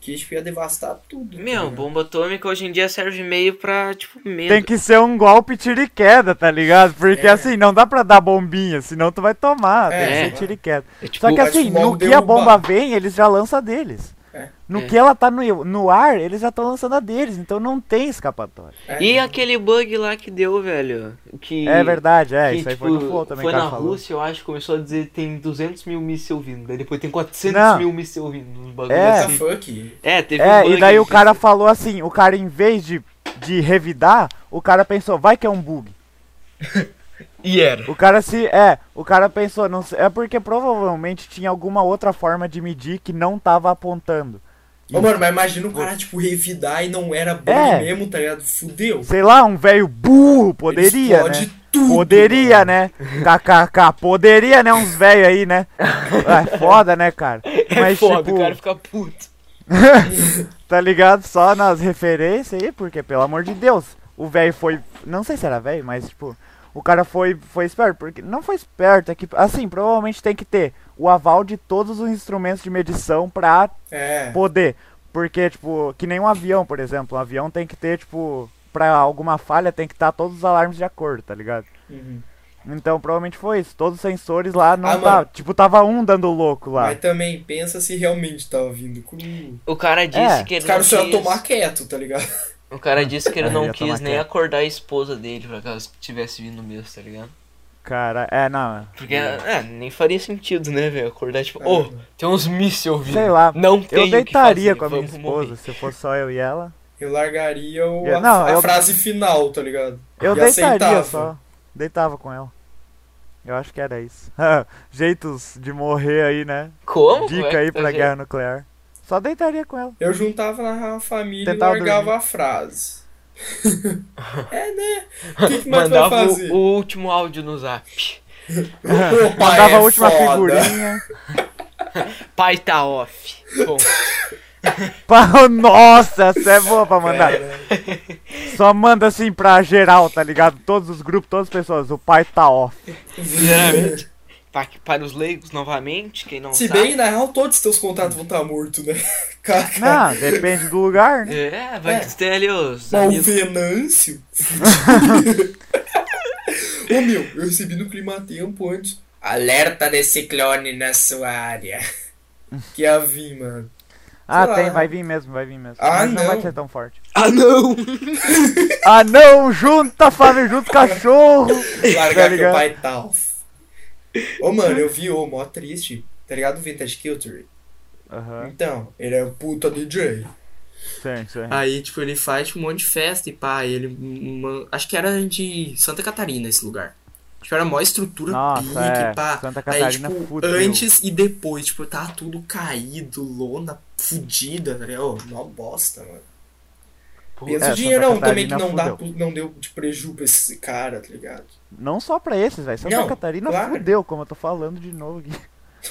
Que, tipo, ia devastar tudo.
Meu,
tá ligado?
bomba atômica hoje em dia serve meio pra, tipo, medo.
Tem que ser um golpe tiro e queda, tá ligado? Porque
É.
assim, não dá pra dar bombinha, senão tu vai tomar.
É.
Tem que ser tiro e queda.
É tipo,
Só que
vai
assim,
fumar um É.
no que a
derrubado.
bomba vem, eles já lançam deles. No
É.
que ela tá no, no ar, eles já estão lançando a deles, então não tem escapatória.
É,
E aquele bug lá que deu, velho. Que,
É verdade, é,
que,
isso aí
tipo,
foi no Flow também,
Foi
cara
na
falou.
Rússia, eu acho, começou a dizer tem 200 mil míssil vindo. Daí depois tem 400
Não.
mil míssil vindo. Uns bagulho
É.
assim.
fuck?
É, teve um
É,
bug
e daí o
disso.
cara falou assim, o cara em vez de, de revidar, o cara pensou, vai que é um bug.
E era.
O cara se. É, o cara pensou, não sei, é porque provavelmente tinha alguma outra forma de medir que não tava apontando.
Ô, mano, mas imagina o cara, tipo, revidar e não era bug
É.
mesmo, tá ligado? Fudeu.
Sei lá, um velho burro poderia, né?
Explode tudo.
Poderia, né? KKK, poderia, né? Uns velho aí, né? É foda, né, cara?
É
Mas,
foda,
tipo,
o cara fica puto.
tá ligado só nas referências aí, porque, pelo amor de Deus, o velho foi. Não sei se era velho, mas, tipo, o cara foi, foi esperto, porque. Não foi esperto, é que. Assim, provavelmente tem que ter o aval de todos os instrumentos de medição pra
É.
poder. Porque, tipo, que nem um avião, por exemplo. Um avião tem que ter, tipo, pra alguma falha tem que estar todos os alarmes de acordo, tá ligado?
Uhum.
Então provavelmente foi isso. Todos os sensores lá não
Ah,
tava.
mano.
Tipo, tava um dando louco lá.
Mas também, pensa se realmente tava vindo cru.
O cara disse
É.
que ele
Os caras só
não
iam
quis...
tomar quieto, tá ligado?
O cara disse que ele
É,
não
ia tomar
quis nem
quieto.
acordar a esposa dele pra caso tivesse vindo mesmo, tá ligado?
Cara, é, não.
Porque, é, nem faria sentido, né, velho? Acordar tipo,
É.
ô, tem uns mísseis vindo.
Sei lá.
Não tem
Eu
o que
deitaria
fazer,
com a minha
vamos
esposa,
morrer.
se fosse só eu e ela.
Eu largaria o,
Eu-
a,
não,
a
eu-
frase final, tá ligado?
Eu
E
deitaria
aceitava.
só. Deitava com ela. Eu acho que era isso. Jeitos de morrer aí, né?
Como? Como é que
Dica aí
tá
pra
vendo?
guerra nuclear. Só deitaria com ela.
Eu juntava na família
Tentava
e largava
dormir.
a frase. é, né? O que, que mais vai
Mandava
fazer?
o, o último áudio no zap.
Opa,
Mandava
é
a última
foda.
figurinha.
Pai tá off. Bom,
Pá, Nossa, essa é boa pra mandar.
Cara,
Só manda assim pra geral, tá ligado? Todos os grupos, todas as pessoas. O pai tá off.
sinceramente, pa- para os leigos, novamente, quem não
Se
sabe.
bem, na real, todos os teus contatos vão estar mortos, né? Caca.
Não, depende do lugar, né?
É, vai
É.
que ter ali os
Mas o
amigos.
Venâncio? Ô meu, eu recebi no Climatempo antes. Alerta de ciclone na sua área.
Hum.
Que ia vir, mano.
Ah,
lá.
tem, vai vir mesmo, vai vir mesmo.
Ah,
Mas não, vai
não.
ser tão forte.
Ah, não!
Ah, não, junta, família, junta cachorro. Tá
Largar meu
ligado?
pai e tal. Ô mano, eu vi, ô, mó triste. Tá ligado o Vintage Culture?
Aham,
Então, ele é um puta DJ.
sim, sim.
Aí, tipo, ele faz tipo, um monte de festa e pá, ele. uma- Acho que era de Santa Catarina esse lugar. Tipo, era a maior estrutura pique,
Nossa, é.
pá.
Santa
Aí,
Catarina
tipo,
fudeu.
antes e depois, tipo, tava tudo caído, lona fudida, tá ligado? Ô, Mó bosta, mano. Pensa
É,
o
Santa
dinheirão também que não,
Catarina
dá, não deu de preju pra esse cara, tá ligado?
Não só pra esses, velho. Santa
Não,
Catarina
claro.
fudeu, como eu tô falando de novo aqui.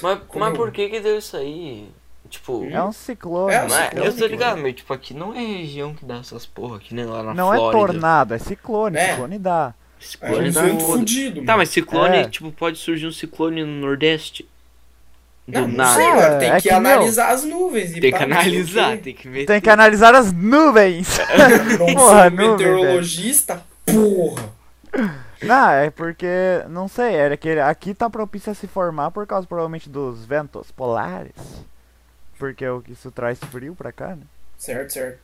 Mas, mas
Como?
por que que deu isso aí? Tipo,
Hum.
É um ciclone.
É um
mas,
ciclone,
eu tô
pô.
ligado, mas tipo, aqui não é região que dá essas porra, que nem lá na
Não é
Flórida.
tornado, é ciclone.
É.
Ciclone dá.
Aí
Ciclone
um
dá
vento
foda.
fudido,
Tá,
mano.
mas ciclone,
É.
tipo, pode surgir um ciclone no Nordeste. Do
Não, não
nada.
sei, mano. Tem
É
que
que, meu,
analisar as nuvens e
Tem
pá,
que
não sei o
analisar,
quê.
tem que ver.
Tem que analisar as nuvens.
Não
Porra,
sou
nuvem,
meteorologista, porra.
Não, é porque, não sei, era que aqui tá propício a se formar por causa provavelmente dos ventos polares. Porque o- isso traz frio pra cá, né?
Certo, certo.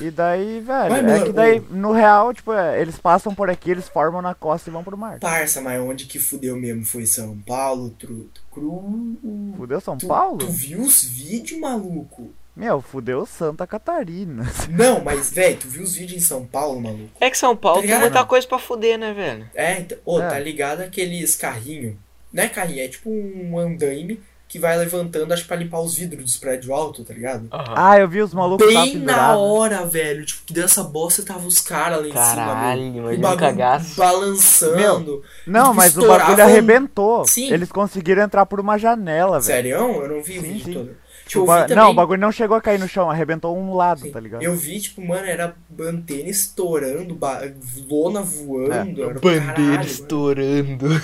E daí, velho,
Mas,
é
mano,
que daí, no real, tipo, é, eles passam por aqui, eles formam na costa e vão pro mar.
Parça, mas onde que fudeu mesmo? Foi São Paulo, truto, cru.
Fudeu São
Tu,
Paulo?
tu viu os vídeos, maluco?
Meu, fudeu Santa Catarina.
Não, mas, velho, tu viu os vídeos em São Paulo, maluco?
É que São Paulo tem
Tá ligado?
muita coisa pra fuder, né, velho?
É, então, ô,
É.
tá ligado aqueles carrinho? Não é carrinho, é tipo um andaime que vai levantando, acho, pra limpar os vidros dos prédios altos, tá ligado?
Ah, eu vi os malucos lá
Bem na
pendurados.
hora, velho, tipo, que dessa bosta tava os caras lá em
Caralho,
cima,
imagina
meu. O
o
bagulho
cagaço.
tá
balançando.
Não,
Tipo,
mas o
estourava
bagulho
um-
arrebentou.
Sim.
Eles conseguiram entrar por uma janela, velho.
Sério? Eu não vi o
Sim,
vídeo
sim.
todo. Tipo,
O
eu
ba-
vi
Não, o
também-
bagulho não chegou a cair no chão, arrebentou um lado,
Sim.
tá ligado?
Eu vi, tipo, mano, era antena estourando, ba- lona
É,
voando. era o
Bandeira
caralho, mano.
estourando.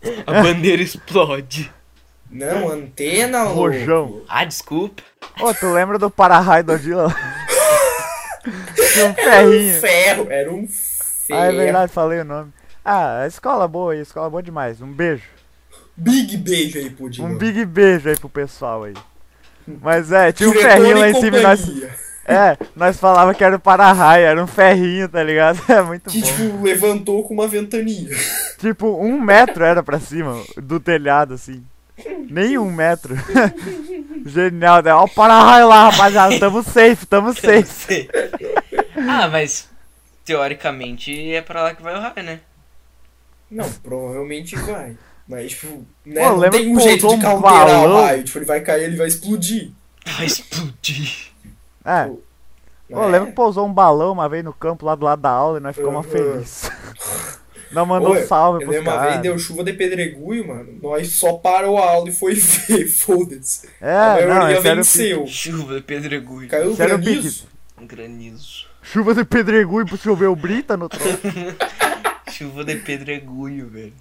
A bandeira explode.
Não, antena, louco.
Rojão.
Ah, desculpa.
Ô, tu lembra do para-raio do Odila? Tinha
Era
um
um
ferrinho.
ferro, era um ferro.
Ah, é verdade, falei o nome. Ah, escola boa aí, escola boa demais. Um beijo.
Big beijo aí, Pudim.
Um big beijo aí pro pessoal aí. Mas é, tinha um
Diretor
ferrinho
e
lá em cima e nós.
companhia.
É, nós falava que era o para-raio, era um ferrinho, tá ligado? É muito
Que,
bom.
tipo, levantou com uma ventania.
Tipo, um metro era pra cima do telhado, assim. Nem um metro. Genial, né? Ó, o para-raio lá, rapaziada. Tamo safe, tamo
Eu
safe.
sei. ah, mas teoricamente é pra lá que vai o raio, né?
Não, provavelmente vai. Mas, tipo, né,
Pô,
não
lembra
tem
que
um jeito
pousou
de
um
calderar o
balão?
raio. Tipo, ele vai cair, ele vai explodir.
Vai explodir.
É. Pô,
É.
lembra que pousou um balão uma vez no campo lá do lado da aula e nós ficamos
Uhum.
felizes. Não mandou
Oi,
um salve
Eu
pros
lembro uma vez,
caras.
deu chuva de pedregulho, mano. Nós só parou a aula e foi ver, foda-se. a
É, não,
maioria
esse era o pique.
venceu.
Chuva, pedregulho,
Caiu o
Esse era o
granizo.
granizo.
Chuva de pedregulho pra chover o brita no tronco.
Chuva de pedregulho, velho.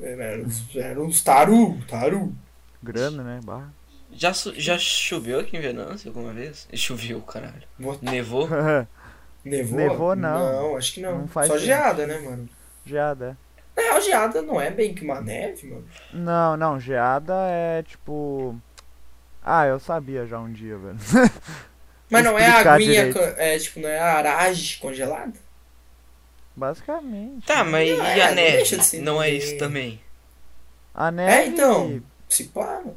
É, Era, era uns taru, taru.
Grana, né? Barra.
Já, su- já choveu aqui em Venâncio alguma vez? Choveu, caralho.
Boa-
Nevou?
Nevou?
Nevou, não.
Não, acho que não.
Não faz
Só
tempo.
geada, né, mano?
geada. é.
Na real, geada não é bem que uma neve, mano.
Não, não, geada é tipo. Ah, eu sabia já um dia, velho.
Mas não é a
Explicar
aguinha,
direito.
co- é, tipo, não é a araje congelada?
Basicamente.
Tá, mas
Não,
e
é,
a
não
neve?
deixa de ser
Não é
neve.
isso também.
A neve.
então. Se pá, mano.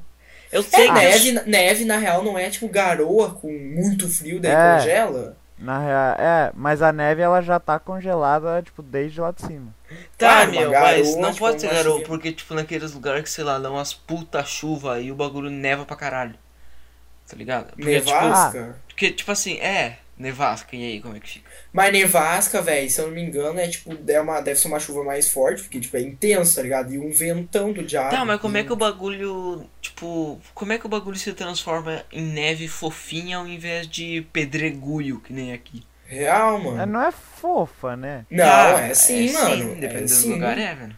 Eu
É,
sei que
neve, neve, na real, não é tipo garoa com muito frio, daí
É.
congela?
Na real, é, mas a neve ela já tá congelada, tipo, desde lá de cima.
Tá,
Ah, uma
meu,
garoa,
mas não
tipo,
pode ser
uma
garoa,
chuvinha.
porque, tipo, naqueles lugares que, sei lá, dá umas puta chuva e o bagulho neva pra caralho. Tá ligado? Porque, tipo,
Nevasca?
porque, tipo assim, é, nevasca, e aí, como é que fica?
Mas nevasca, velho, se eu não me engano, é tipo, é uma, deve ser uma chuva mais forte, porque tipo, é intensa, tá ligado? E um ventão do diabo.
Tá, mas como é que o bagulho, tipo, como é que o bagulho se transforma em neve fofinha ao invés de pedregulho, que nem aqui?
Real,
É,
mano.
não é fofa, né?
Não,
Tá,
é sim, mano. é
dependendo
sim.
do lugar, é, velho.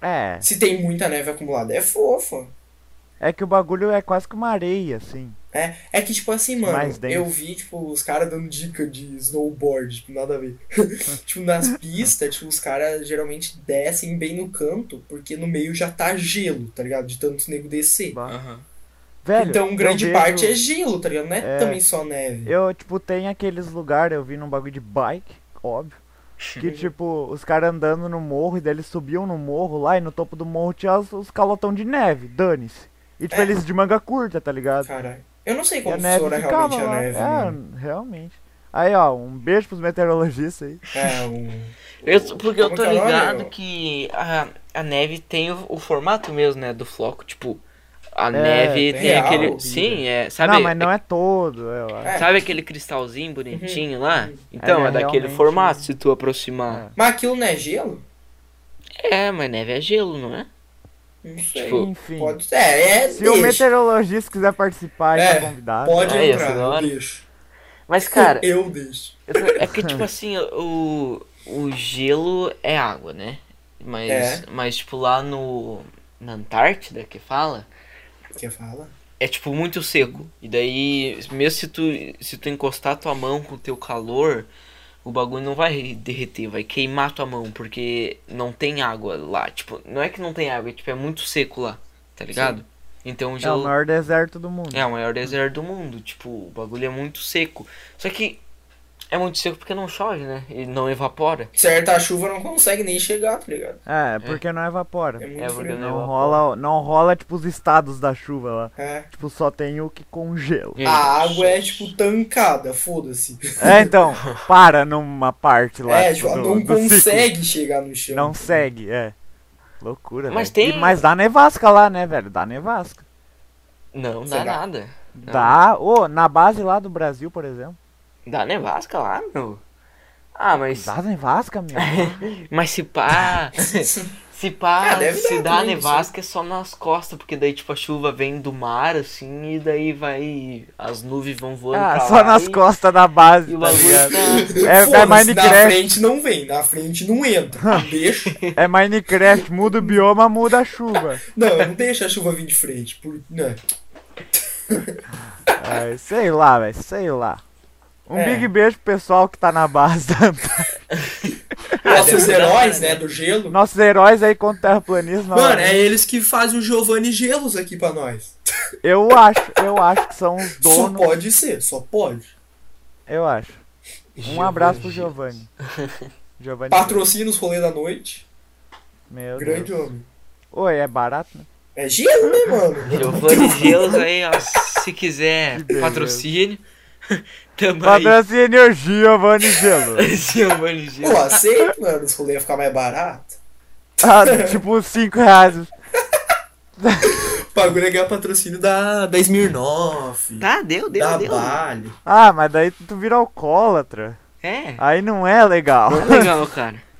É.
Se tem muita neve acumulada, é fofa.
É que o bagulho é quase que uma areia, assim.
É, é que, tipo assim, mano,
Mais denso.
eu vi, tipo, os caras dando dica de snowboard, tipo, nada a ver. tipo, nas pistas, tipo, os caras geralmente descem bem no canto, porque no meio já tá gelo, tá ligado? De tanto nego descer.
Bah.
Aham.
Velho,
então, grande
eu vejo-
parte é gelo, tá ligado? Não é,
É.
também só neve.
Eu, tipo, tem aqueles lugares, eu vi num bagulho de bike, óbvio. Que, tipo, os caras andando no morro, e daí eles subiam no morro lá, e no topo do morro tinha os, os calotão de neve, dane-se. E, tipo,
É.
eles de manga curta, tá ligado?
Caralho. Eu não sei
E a
como
neve
funciona realmente
ficava
a
lá.
neve, né?
é,
mano.
realmente. Aí, ó, um beijo pros meteorologistas aí.
É, um...
Eu, porque eu
Como
tô
que é o nome,
ligado
meu?
que a, a neve tem o, o formato mesmo, né, do floco, tipo, a
tem
neve tem
real,
aquele...
vida.
Sim, é, sabe?
não, mas não é todo, eu acho.
É.
Sabe aquele cristalzinho bonitinho lá?
Ele
Então,
é
é daquele
realmente-
formato, se tu aproximar.
Mas aquilo não é gelo?
É, mas neve é gelo, não é?
Não sei.
Tipo,
Enfim.
Pode ser. É, é
Se o
deixa.
meteorologista quiser participar, ele
É,
tá convidado.
Pode
Ah, ia ser
entrar,
da
eu
hora.
deixo.
Mas, cara,
Eu deixo.
eu tô- é que, tipo assim, o, o gelo é água, né? Mas,
É.
mas tipo, lá no na Antártida, que fala,
Quer falar?
é, tipo, muito seco. E daí, mesmo se tu, se tu encostar tua mão com o teu calor, o bagulho não vai derreter, vai queimar tua mão, porque não tem água lá. Tipo, não é que não tem água, é, tipo, é muito seco lá, tá ligado? Então o
É o
gelo...
maior deserto do mundo.
É o maior deserto do mundo. Tipo, o bagulho é muito seco. Só que é muito seco porque não chove, né? E não evapora.
Certa chuva não consegue nem chegar, tá ligado?
É, porque não evapora.
É muito
É,
frio.
porque não
Não
evapora.
rola, não rola, tipo, os estados da chuva lá.
É.
Tipo, só tem o que congela.
É.
A água é tipo tancada, foda-se.
É, então, para numa parte lá.
É,
tipo,
tipo,
do-
não
do ciclo.
consegue chegar no chão.
Não segue, é. Loucura,
Mas
velho. E-
tem-
Mas dá nevasca lá, né, velho? Dá nevasca.
Não
Será?
dá nada.
Ah.
Não.
Dá, ô, na base lá do Brasil, por exemplo.
Dá nevasca lá, meu. Ah, mas.
Dá nevasca, meu.
Mas se pá. se pá,
Ah, deve
se
dar
dá
também,
nevasca é só nas costas, porque daí, tipo, a chuva vem do mar, assim, e daí vai. As nuvens vão voando.
Ah,
pra
só
lá
nas
e-
costas da base.
E o
tá
bagulho
ligado?
tá.
É- é
Foda-se, Na
Minecraft.
frente não vem, na frente não entra. Deixa.
É Minecraft, muda o bioma, muda a chuva.
Não, não deixa a chuva vir de frente. Por... né? Não.
Ai, É, sei lá, velho, sei lá. Um
É.
big beijo pro pessoal que tá na base.
Nossos
deve
É,
dar,
Ah, heróis,
tá né?
né, do gelo.
Nossos heróis aí contra o terraplanismo.
Mano,
novamente.
é eles que fazem o Giovanni Gelos aqui pra nós.
Eu acho, eu acho que são os
Só
donos.
pode ser, só pode.
Eu acho. Um abraço pro Giovanni. Giovanni.
Patrocina os rolês da noite.
Meu
Grande
Deus.
homem.
Oi, é barato, né?
É gelo, né, mano?
Giovanni Deus aí, ó, se quiser
Que beleza.
patrocínio, tamo aí. é
Patrocínio assim, Giovanni Gelo.
Giovanni Deus.
Pô, aceito, mano. Os rolês iam ficar mais barato.
Ah, tipo, 5 reais.
O bagulho é ganhar patrocínio da, da Smirnoff.
Tá, deu, deu,
da
deu.
Vale.
Ah, mas daí tu vira alcoólatra.
É,
Ah,
Aí não é legal.
tá legal, cara.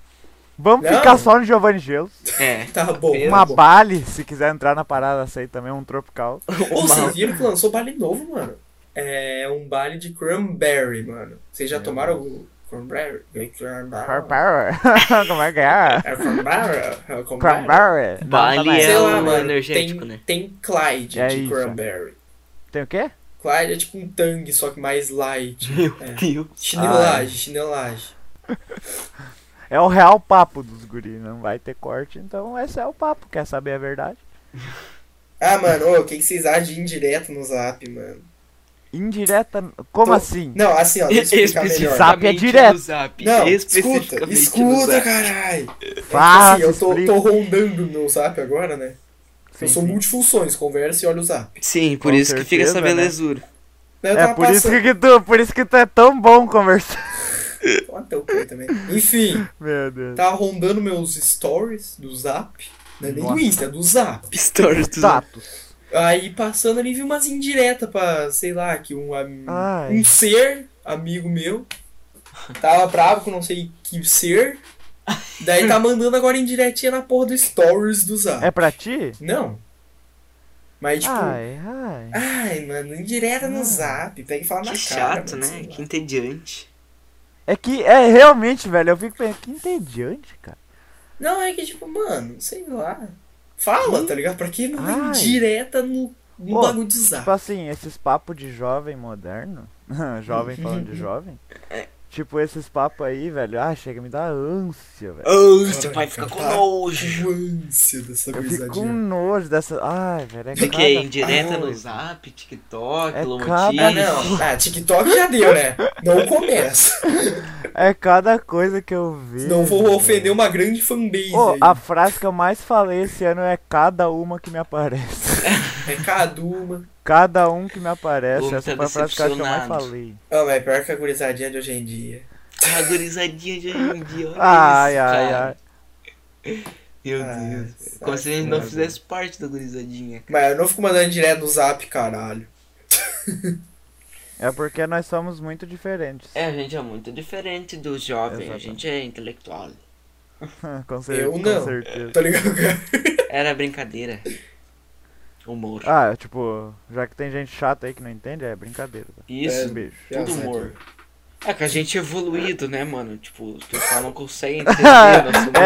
Vamos
Não.
ficar só no Giovanni Gelo.
É.
Tá bom.
Uma
tá
Uma
bom.
Bali, se quiser entrar na parada, aceita também, um tropical.
Ô, vocês viram que lançou baile novo, mano? É um baile de cranberry, mano. Vocês já tomaram o cranberry? É Cranberry.
Cranberry. Como é que é?
É cranberry? É cranberry?
Cranberry.
Bali
Não, tá não
é
Sei lá,
o
mano.
energético,
tem,
né?
tem Clyde
É
de
isso,
cranberry.
Tem o quê?
Clyde é tipo um tangue, só que mais light.
Meu
É.
Deus.
Chinelagem, chinelagem.
É o real papo dos guri, não vai ter corte, então esse é o papo, quer saber a verdade?
Ah, mano, ô, o que, que vocês acham de indireto no zap, mano?
Indireta, como
Tô-
assim?
Não, assim, ó, deixa eu explicar melhor.
Zap é direto.
no Zap.
Não, escuta,
especificamente no
escuta,
Zap.
caralho. É que,
Fala,
assim, eu tô,
explica.
tô rondando o meu zap agora, né?
Sim,
eu sou
sim.
multifunções, conversa e olha o zap.
Sim, por
Com
isso que fica essa
certeza, né?
belezura.
Daí eu
É
tava
por isso,
passando-
que tu, por isso que tu é tão bom conversar.
Toma Ah, teu cu também. Enfim,
Meu Deus.
tava rondando meus stories do zap. Não é nem do
Nossa.
Insta, é do zap.
Stories do Zap.
Status.
Aí passando ali vi umas indiretas pra, sei lá, que um, am-
Ai.
um ser, amigo meu, tava bravo com não sei que ser. Daí tá mandando agora indiretinha na porra do stories do zap.
É pra ti?
Não. Mas tipo,
Ai, Ah. ai.
Ai, mano, indireta no zap. Pega e fala na
Que
cara.
chato,
mano,
né?
sei lá.
Que entediante.
É que, é realmente, velho, eu fico pensando, que entediante, cara.
Não, é que tipo, mano, sei lá. Fala, tá ligado? Pra que não
Ai.
indireta no, no
Ô,
Um bagulho de zap?
Tipo assim, esses papos de jovem moderno, jovem falando de jovem,
É.
tipo esses papos aí, velho, ah, chega a me dar ânsia, velho.
Oh, você vai
Caraca,
ficar com
tá.
nojo.
ânsia dessa
tipo, Eu fico com nojo dessa. Ai, velho, é
O que
cada...
que é? Indireta
coisa.
no Zap, TikTok,
É
Ah,
Lomotivo.
cada-
não. Ah, TikTok já deu, né? Não começa.
É cada coisa que eu vejo.
Não vou ofender uma grande fanbase
Ô,
aí.
a frase que eu mais falei esse ano é cada uma que me aparece.
É Caduma.
Cada um que me aparece.
Homem
Essa
tá
foi a frase que eu acho que eu mais
decepcionado.
falei.
Ah, mas pior que a gurizadinha de hoje em dia.
A gurizadinha de hoje em dia, olha
Ai,
isso,
ai,
cara.
ai.
Meu
Ah,
Deus. É
sabe,
Como se a gente não
né,
fizesse parte da gurizadinha.
Mas eu não fico mandando direto no zap, caralho.
É porque nós somos muito diferentes.
É, a gente é muito diferente do jovem, a
Exatamente.
gente é intelectual.
com, cer-
Eu
com
não.
É.
certeza.
Tá ligado, cara?
É,
Era brincadeira. Humor.
Ah, tipo, já que tem gente chata aí que não entende, é brincadeira. tá?
É,
Isso,
Beijo.
Já
tudo
sabe.
humor. É que a gente é evoluído, né, mano? Tipo, os pessoal não conseguem entender nosso humor.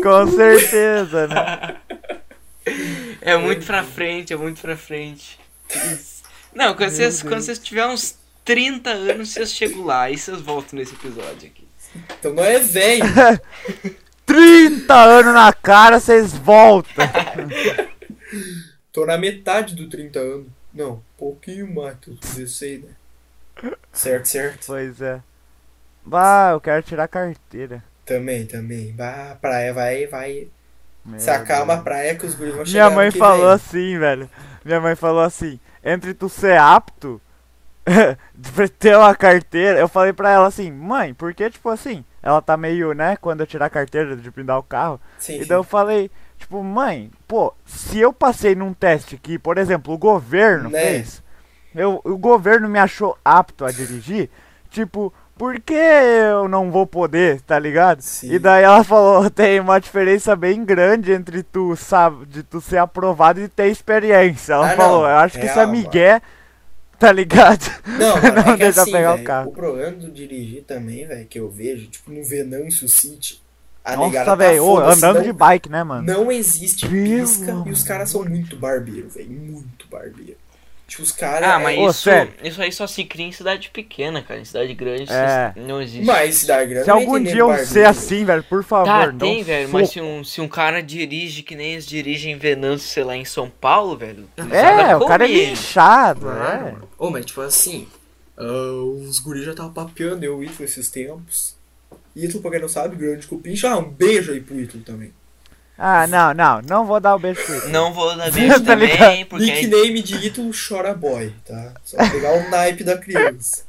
É! com certeza, né?
É muito pra frente, é muito pra frente. Não, quando vocês, quando vocês tiverem uns 30 anos, vocês chegam lá e vocês voltam nesse episódio aqui.
Então não é velho.
30 anos na cara, vocês voltam.
Tô na metade do 30 anos. Não, pouquinho mais, tô 16, né? Certo, certo.
Pois é. Bah, eu quero tirar a carteira.
Também, também. Bah, praia vai, vai.
Meu
Sacar
Deus.
uma praia que os guris vão chegar.
Minha mãe
ano que
falou
vem.
assim, velho. Minha mãe falou assim: entre tu ser apto pra ter uma carteira. Eu falei pra ela assim: mãe, porque, tipo assim, ela tá meio, né, quando eu tirar a carteira de pindar o carro.
Sim,
E daí eu falei: tipo, mãe, pô, se eu passei num teste que, por exemplo, o governo
Né?
fez, eu, o governo me achou apto a dirigir, tipo. Por que eu não vou poder, tá ligado?
Sim.
E daí ela falou, tem uma diferença bem grande entre tu, sabe, de tu ser aprovado e ter experiência. Ela
Ah,
falou,
não.
eu acho que isso é
Real, mano.
migué, tá ligado?
sim. Não, mano, é
Não,
que
deixa eu
assim,
pegar o
velho,
carro.
o problema do dirigir também, velho, que eu vejo, tipo, no Venâncio City, a negada
Nossa,
tá
velho, ô,
foda-se,
andando
não-
de bike, né, mano?
Não existe
Pelo
pisca e os caras são muito barbeiro, velho. Muito barbeiro. Tipo, os caras.
Ah, mas
Ô,
isso,
sério.
isso aí só se cria em cidade pequena, cara. Em cidade grande isso
É.
não existe.
Mas cidade grande.
Se algum dia eu ser
sei
assim, velho, por favor,
Tá,
não.
tem, velho, mas se um, se um cara dirige que nem eles dirigem em Venâncio, sei lá, em São Paulo, velho.
É, o cara é
ele
linchado,
Claro,
é.
mano. Ô, mas tipo assim, ah, os guris já estavam papeando eu e o Ítalo esses tempos. Ítalo, pra quem não sabe, grande cupincha, ah, um beijo aí pro Ítalo também.
Ah, não, não, não vou dar o beijo pro Ítalo.
Não vou dar beijo
Tá
também,
ligado?
porque aí-
Nickname de Ítalo Chora Boy, tá? Só pegar o naipe da criança.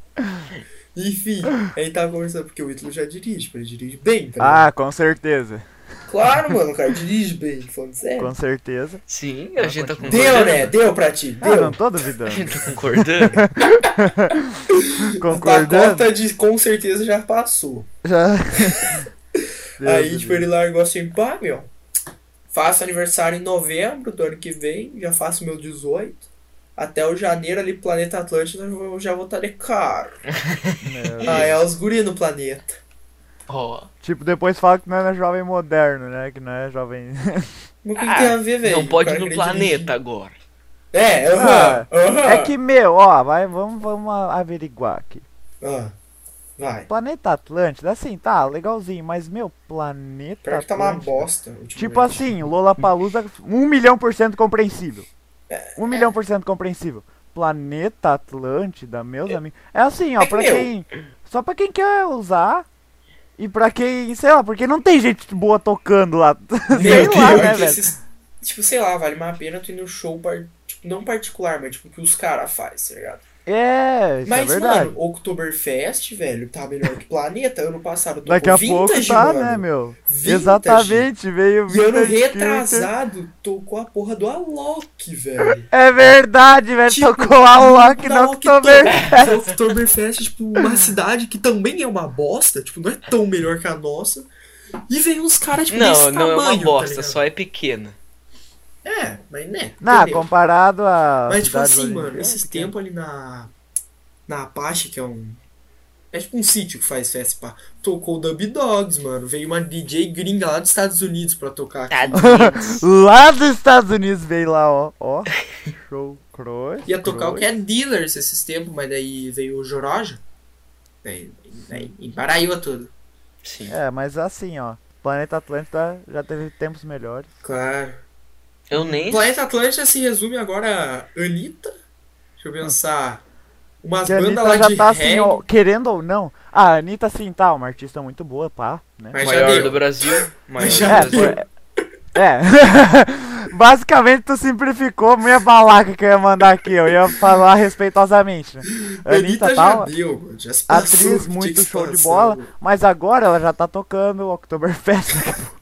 Enfim, aí tava conversando, porque o Ítalo já dirige, pô, ele dirige bem, tá ligado?
Ah, com certeza.
Claro, mano, o cara dirige bem, falando sério.
Com certeza.
Sim, a gente tá
Deu,
concordando.
né? Deu pra ti,
Ah, não
deu.
tô
A
duvidando.
gente tá concordando.
A
Concordando.
cota de com certeza já passou.
Já... Deus
Aí,
do
tipo, ele largou assim, pá, meu, faço aniversário em novembro do ano que vem, já faço meu 18. Até o janeiro ali, Planeta Atlântida, eu já vou estar de carro.
céu.
Ah, é os guri no planeta.
Ó,
Tipo, depois fala que não é jovem moderno, né? Que não é jovem.
Mas o que,
Ah,
que tem a ver, velho?
não
O
pode ir
cara
no
querer
planeta agora.
dirigir. É, aham, aham.
É que, meu, ó, vai, vamos, vamos a- averiguar aqui.
Ah, vai.
Planeta Atlântida, assim, tá, legalzinho, mas, meu, planeta.
Pior que tá uma
Atlântida-
bosta.
Tipo
ultimamente.
assim, Lola Palusa, um milhão por cento compreensível. Um milhão por cento compreensível. Planeta Atlântida, meus amigos. É assim, ó,
É que,
pra
meu-
quem. Só pra quem quer usar. E pra quem, sei lá, porque não tem gente boa tocando lá. sei
Meu,
lá,
pior
né,
que
velho?
esses- Tipo, sei lá, vale uma pena tu ir no show, par- tipo, não particular, mas tipo, que os caras fazem, tá ligado?
É, isso é
Mas,
verdade.
mano, Oktoberfest, velho, tá melhor que Planeta. Ano passado tocou
Daqui a
vintage,
pouco tá,
mano.
né, meu?
Vintage.
Exatamente, veio
E ano
vintage que-
retrasado tocou a porra do Alok, velho.
É verdade, velho.
Tipo,
tocou a Loki
Da
na
Alok
Oktober.
to- Oktoberfest, tipo, uma cidade que também é uma bosta, tipo, não é tão melhor que a nossa. E vem uns caras, tipo,
Não,
desse
não é
tamanho,
uma bosta,
tá ligado?
só é pequena.
É, mas né.
Não,
entendeu?
comparado a. é
Mas, tipo
cidades
assim, mano,
originais,
esses
pequeno.
tempos ali na. Na Apache, que é um. É tipo um sítio que faz festa, pá. Tocou o Dub Dogs, mano. Veio uma DJ gringa lá dos Estados Unidos pra tocar
Tá
aqui.
Tadinhos.
Lá dos Estados Unidos veio lá, ó. Ó. Show cross.
Ia tocar o
cross.
que é Dealers esses tempos, mas daí veio o Joroja. Daí, daí embaraiou tudo.
Sim.
É, mas assim, ó. Planeta Atlântida já teve tempos melhores.
Claro.
Eu nem
Planeta Atlântida se resume agora a Anitta. Deixa eu pensar. Umas
Que a
bandas
Anitta
lá
já
de
tá
reggae,
assim, ó, querendo ou não. A Anitta, assim, tá, uma artista muito boa, pá, né?
mas já
maior
deu.
do Brasil. Maior
Já
do
É,
Brasil.
foi- é. Basicamente, tu simplificou minha balaca que eu ia mandar aqui. Eu ia falar respeitosamente, né?
Anitta
Anitta
já
tal,
deu, mano. Já se passou, tinha
atriz,
que
muito
se
show de
passar,
bola.
mano.
Mas agora ela já tá tocando o Oktoberfest. daqui a pouco.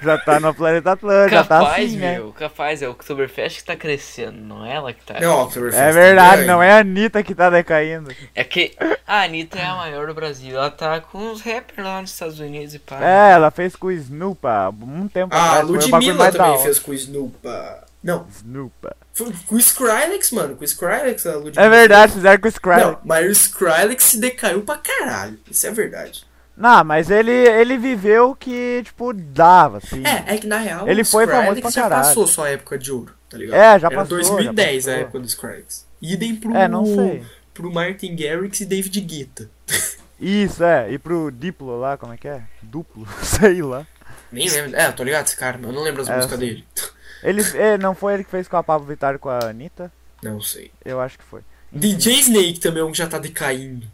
já tá no Planeta Atlântica, já tá
Capaz,
assim, né?
meu, capaz, é o Oktoberfest que tá crescendo, não é ela que tá.
Não, Oktoberfest
É
tá
verdade,
grande.
não é a Anitta que tá decaindo.
É que a Anitta é a maior do Brasil, ela tá com os rappers lá nos Estados Unidos e pá.
É, ela fez com o Snoop há um tempo
Ah, a
atrás. foi o bagulho
Ludmilla
mais da
também
hora.
fez com o Snoop. ah, Não,
Snoop.
foi com o Skrillex, mano. Com o Skrillex, a Ludmilla.
É verdade, fizeram com o
Não,
Skrillex.
mas o Skrillex se decaiu pra caralho. Isso é verdade.
Não, mas ele, ele viveu o que, tipo, dava, assim.
É, é que na real
Ele
o
foi famoso
Skrillex já
pra caralho.
passou sua época de ouro, tá ligado?
É, já
Era
passou,
2010
já
a
passou.
época do Skrillex. Idem pro,
É, não sei.
pro Martin Garrix e David Guetta.
Isso, é. E pro Diplo lá, como é que é? Duplo, sei lá.
Nem lembro. É, eu tô ligado esse cara, mas eu não lembro as
É,
músicas
eu sei.
dele.
Ele, é, não foi ele que fez com a Pablo Vittar e com a Anitta?
Não sei.
Eu acho que foi.
DJ Snake também é um que já tá decaindo.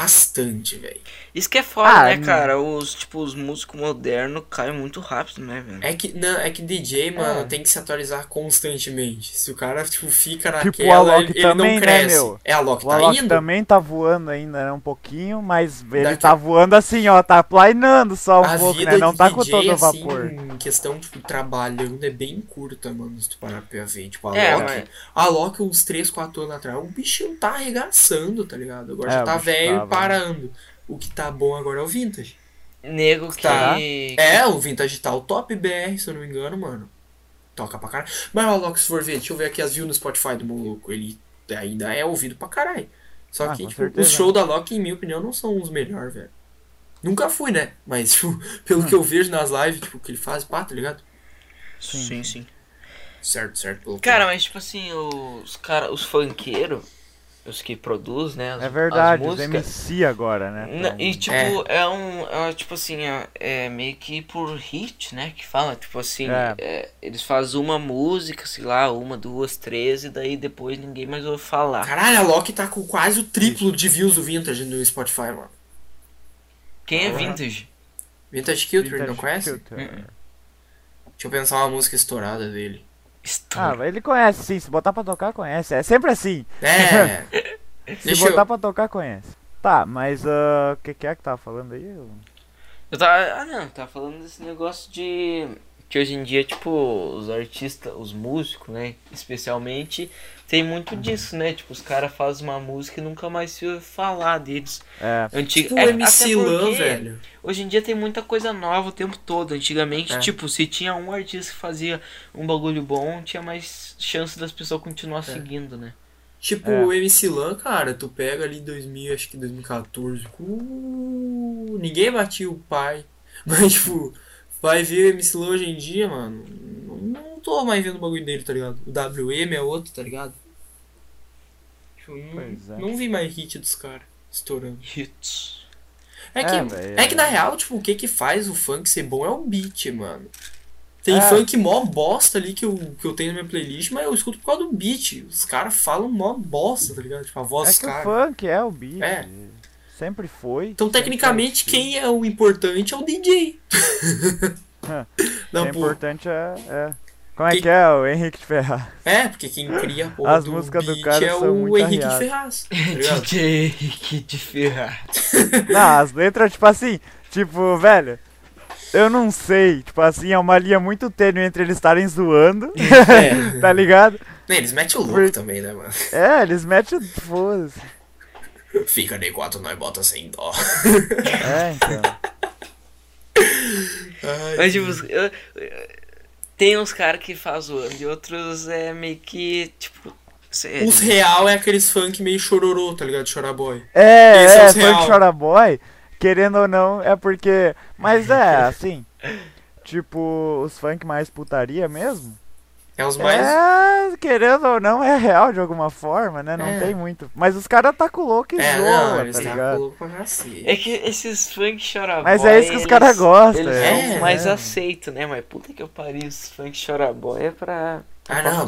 Bastante, velho.
Isso que é foda,
Ah,
né,
não.
cara? Os, tipo, os músicos modernos caem muito rápido, né, velho?
É que, não, é que DJ, mano,
É.
tem que se atualizar constantemente. Se o cara, tipo, fica
Tipo,
naquela,
o Alok
ele, ele
também,
não
né,
cresce.
meu?
É, a Alok
O
tá
Alok
indo.
também tá voando ainda, né? Um pouquinho, mas ele
Daqui-
tá voando assim, ó. Tá planeando só um
a
pouco,
vida
né? Não
de
tá com
DJ,
todo o
assim,
vapor.
em questão, tipo, trabalhando é bem curta, mano, se tu parar pra ver. Tipo, a
É,
Loki,
mas-
a Loki uns 3, 4 anos atrás, o bichinho tá arregaçando, tá ligado? Agora
É,
já
o
tá
bicho
velho
tá,
e parando. O que tá bom agora é o Vintage.
Nego que.
Tá.
que-
É, o Vintage tá o top BR, se eu não me engano, mano. Toca pra caralho. Mas o Alok, se for ver, deixa eu ver aqui as views no Spotify do maluco. Ele ainda é ouvido pra caralho. Só
Ah,
que,
com
tipo,
certeza.
os shows da Loki, em minha opinião, não são os melhores, velho. Nunca fui, né? Mas, tipo, pelo que eu vejo nas lives, tipo, que ele faz, pá, tá ligado?
Sim, sim.
certo, certo. Pelo
Cara, mas tipo assim, os cara, os funkeiros, os que produzem, né? as-
É verdade,
as
os
músicas.
MC agora, né?
Na-
Então,
e tipo, é, um. é, tipo assim, é, é meio que por hit, né? Que fala, tipo assim,
É.
é, eles fazem uma música, sei lá, uma, duas, três, e daí depois ninguém mais ouve falar.
Caralho, a Loki tá com quase o triplo de views do Vintage no Spotify, mano.
Quem é vintage?
Vintage Culture,
Vintage
não conhece? Hum,
Culture.
Deixa eu pensar uma música estourada dele.
Ah,
Estouro.
mas ele conhece sim, se botar pra tocar, conhece. É sempre assim.
É!
Se
Deixa
botar
eu...
pra tocar, conhece. Tá, mas ah, o que, que é que tava falando aí? Eu-
Eu tava. Ah não, eu tava falando desse negócio de. Que hoje em dia, tipo, os artistas, os músicos, né? Especialmente, tem muito disso, né? Tipo, os caras fazem uma música e nunca mais se ouve falar deles.
É,
Antigo,
Tipo
é,
o
até
MC Lan,
porque-
velho.
Hoje em dia tem muita coisa nova o tempo todo. Antigamente,
É.
tipo, se tinha um artista que fazia um bagulho bom, tinha mais chance das pessoas continuar seguindo, né?
Tipo
É.
o MC Lan, cara, tu pega ali 2000, acho que 2014. Uh, ninguém batia o pai. Mas, tipo, vai ver o MC Lan hoje em dia, mano. Não, não tô mais vendo o bagulho dele, tá ligado? O WM é outro, tá ligado? Tipo, não,
Pois é.
não vi mais hit dos caras estourando.
Hits.
É
É,
que,
véi,
é,
é.
que na real, tipo, o que que faz o funk ser bom é o beat, mano. Tem
É.
funk mó bosta ali que eu, que eu tenho na minha playlist, mas eu escuto por causa do beat. Os caras falam mó bosta, tá ligado? Tipo, a voz
é
dos
que o
caras.
funk é o beat.
É.
Sempre foi.
Então,
sempre
tecnicamente,
vai ser.
quem é o importante é o DJ.
O
Não, pô.
importante é. é. Como é
Que-
que é o Henrique de Ferraz?
É, porque quem cria a porra
As
do
músicas do
beat
cara
é
são
o
muito
Henrique de Ferraz.
arriadas.
Tá ligado?
DJ Henrique de Ferrar.
Não, as letras, tipo assim, tipo, velho. Eu não sei, tipo assim, é uma linha muito tênue entre eles estarem zoando,
É.
tá ligado?
Né, Eles metem o louco
Por-
também, né, mano?
É, eles metem o foda-se.
Fica de quatro, nós bota sem dó.
É, então.
Ai,
Mas, tipo, os- eu- eu- tem uns caras que faz o e outros é meio que, tipo. cê-
Os real é aqueles funk meio chororô, tá ligado? Chorar boy.
É,
Esse é
é,
os
funk
real.
chora boy, querendo ou não, é porque. Mas é, assim. Tipo, os funk mais putaria mesmo.
É os mais.
É, querendo ou não, é real de alguma forma, né? Não
É.
tem muito. Mas os caras tá com louco e
É,
zoa,
não, eles
tá
têm
ligado?
louco pra cacete.
É que esses funk chora
Mas
boy,
é isso que os
eles-
cara gosta,
Eles
é.
são mais
É.
aceitos, né? Mas puta que eu pariu, esses funk chora boy é pra.
Ah, não.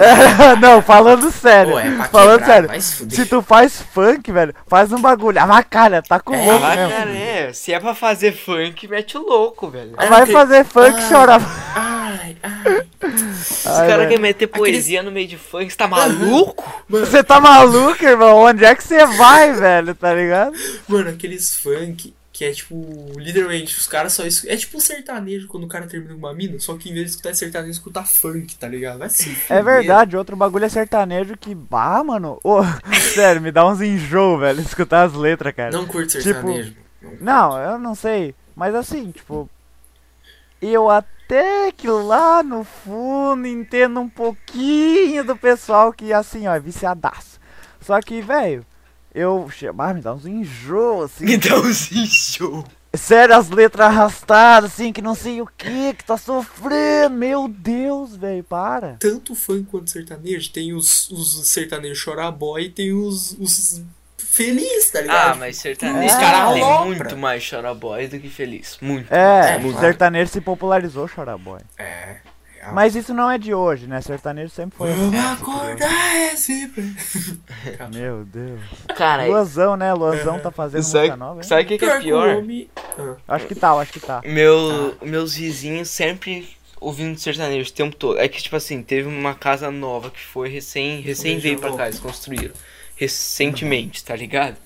não, falando sério.
Pô, é pra
falando
quebrar,
sério.
vai se fuder.
Se tu faz funk, velho, faz um bagulho. Avacalha, tá com
É,
louco
Ah,
mesmo.
cara, é. Se é pra fazer funk, mete o louco, velho.
Ah,
Vai
que-
fazer funk
Ah.
e chorar.
Ai, ai.
Esse cara quer meter
Aqueles-
poesia no meio de funk, você tá maluco?
Você tá maluco, irmão? Onde é que você vai, velho? Tá ligado?
Mano, aqueles funk que é tipo, literalmente, os caras só escutam. É tipo um sertanejo quando o cara termina com uma mina, só que em vez de escutar sertanejo, escuta funk, tá ligado? Vai se
É
fuder.
verdade, outro bagulho é sertanejo que. Bah, mano. Ô, sério, me dá uns enjoo, velho, escutar as letras, cara.
Não curto
Tipo-
sertanejo. Não.
Não, eu não sei. Mas assim, tipo. Eu até que lá no fundo entendo um pouquinho do pessoal que assim, ó, é viciadaço. Só que, velho, eu. che- Ah, me dá uns enjoo, assim.
dá uns enxou.
Sério, as letras arrastadas, assim, que não sei o que, que tá sofrendo. Meu Deus, velho, para.
Tanto funk quanto sertanejo, tem os, os sertanejos chorar boy e tem os, os feliz, tá ligado?
Ah, mas sertanejo
Os
cara
tem
alopra.
muito mais choraboy do que feliz. Muito.
É,
É, muito.
sertanejo se popularizou, choraboy.
É. real.
Mas isso não é de hoje, né? Sertanejo sempre
é,
foi assim.
Tipo, Vamos acordar é esse.
Meu Deus.
Cara,
Luazão, né? Luazão tá fazendo
sabe
música nova, hein?
sabe o que, que é pior?
homem- Ah.
Acho que tá, acho que tá.
Meu, meus vizinhos sempre ouvindo sertanejo o tempo todo. É que, tipo assim, teve uma casa nova que foi recém, recém veio pra cá, eles construíram. Recentemente, tá ligado?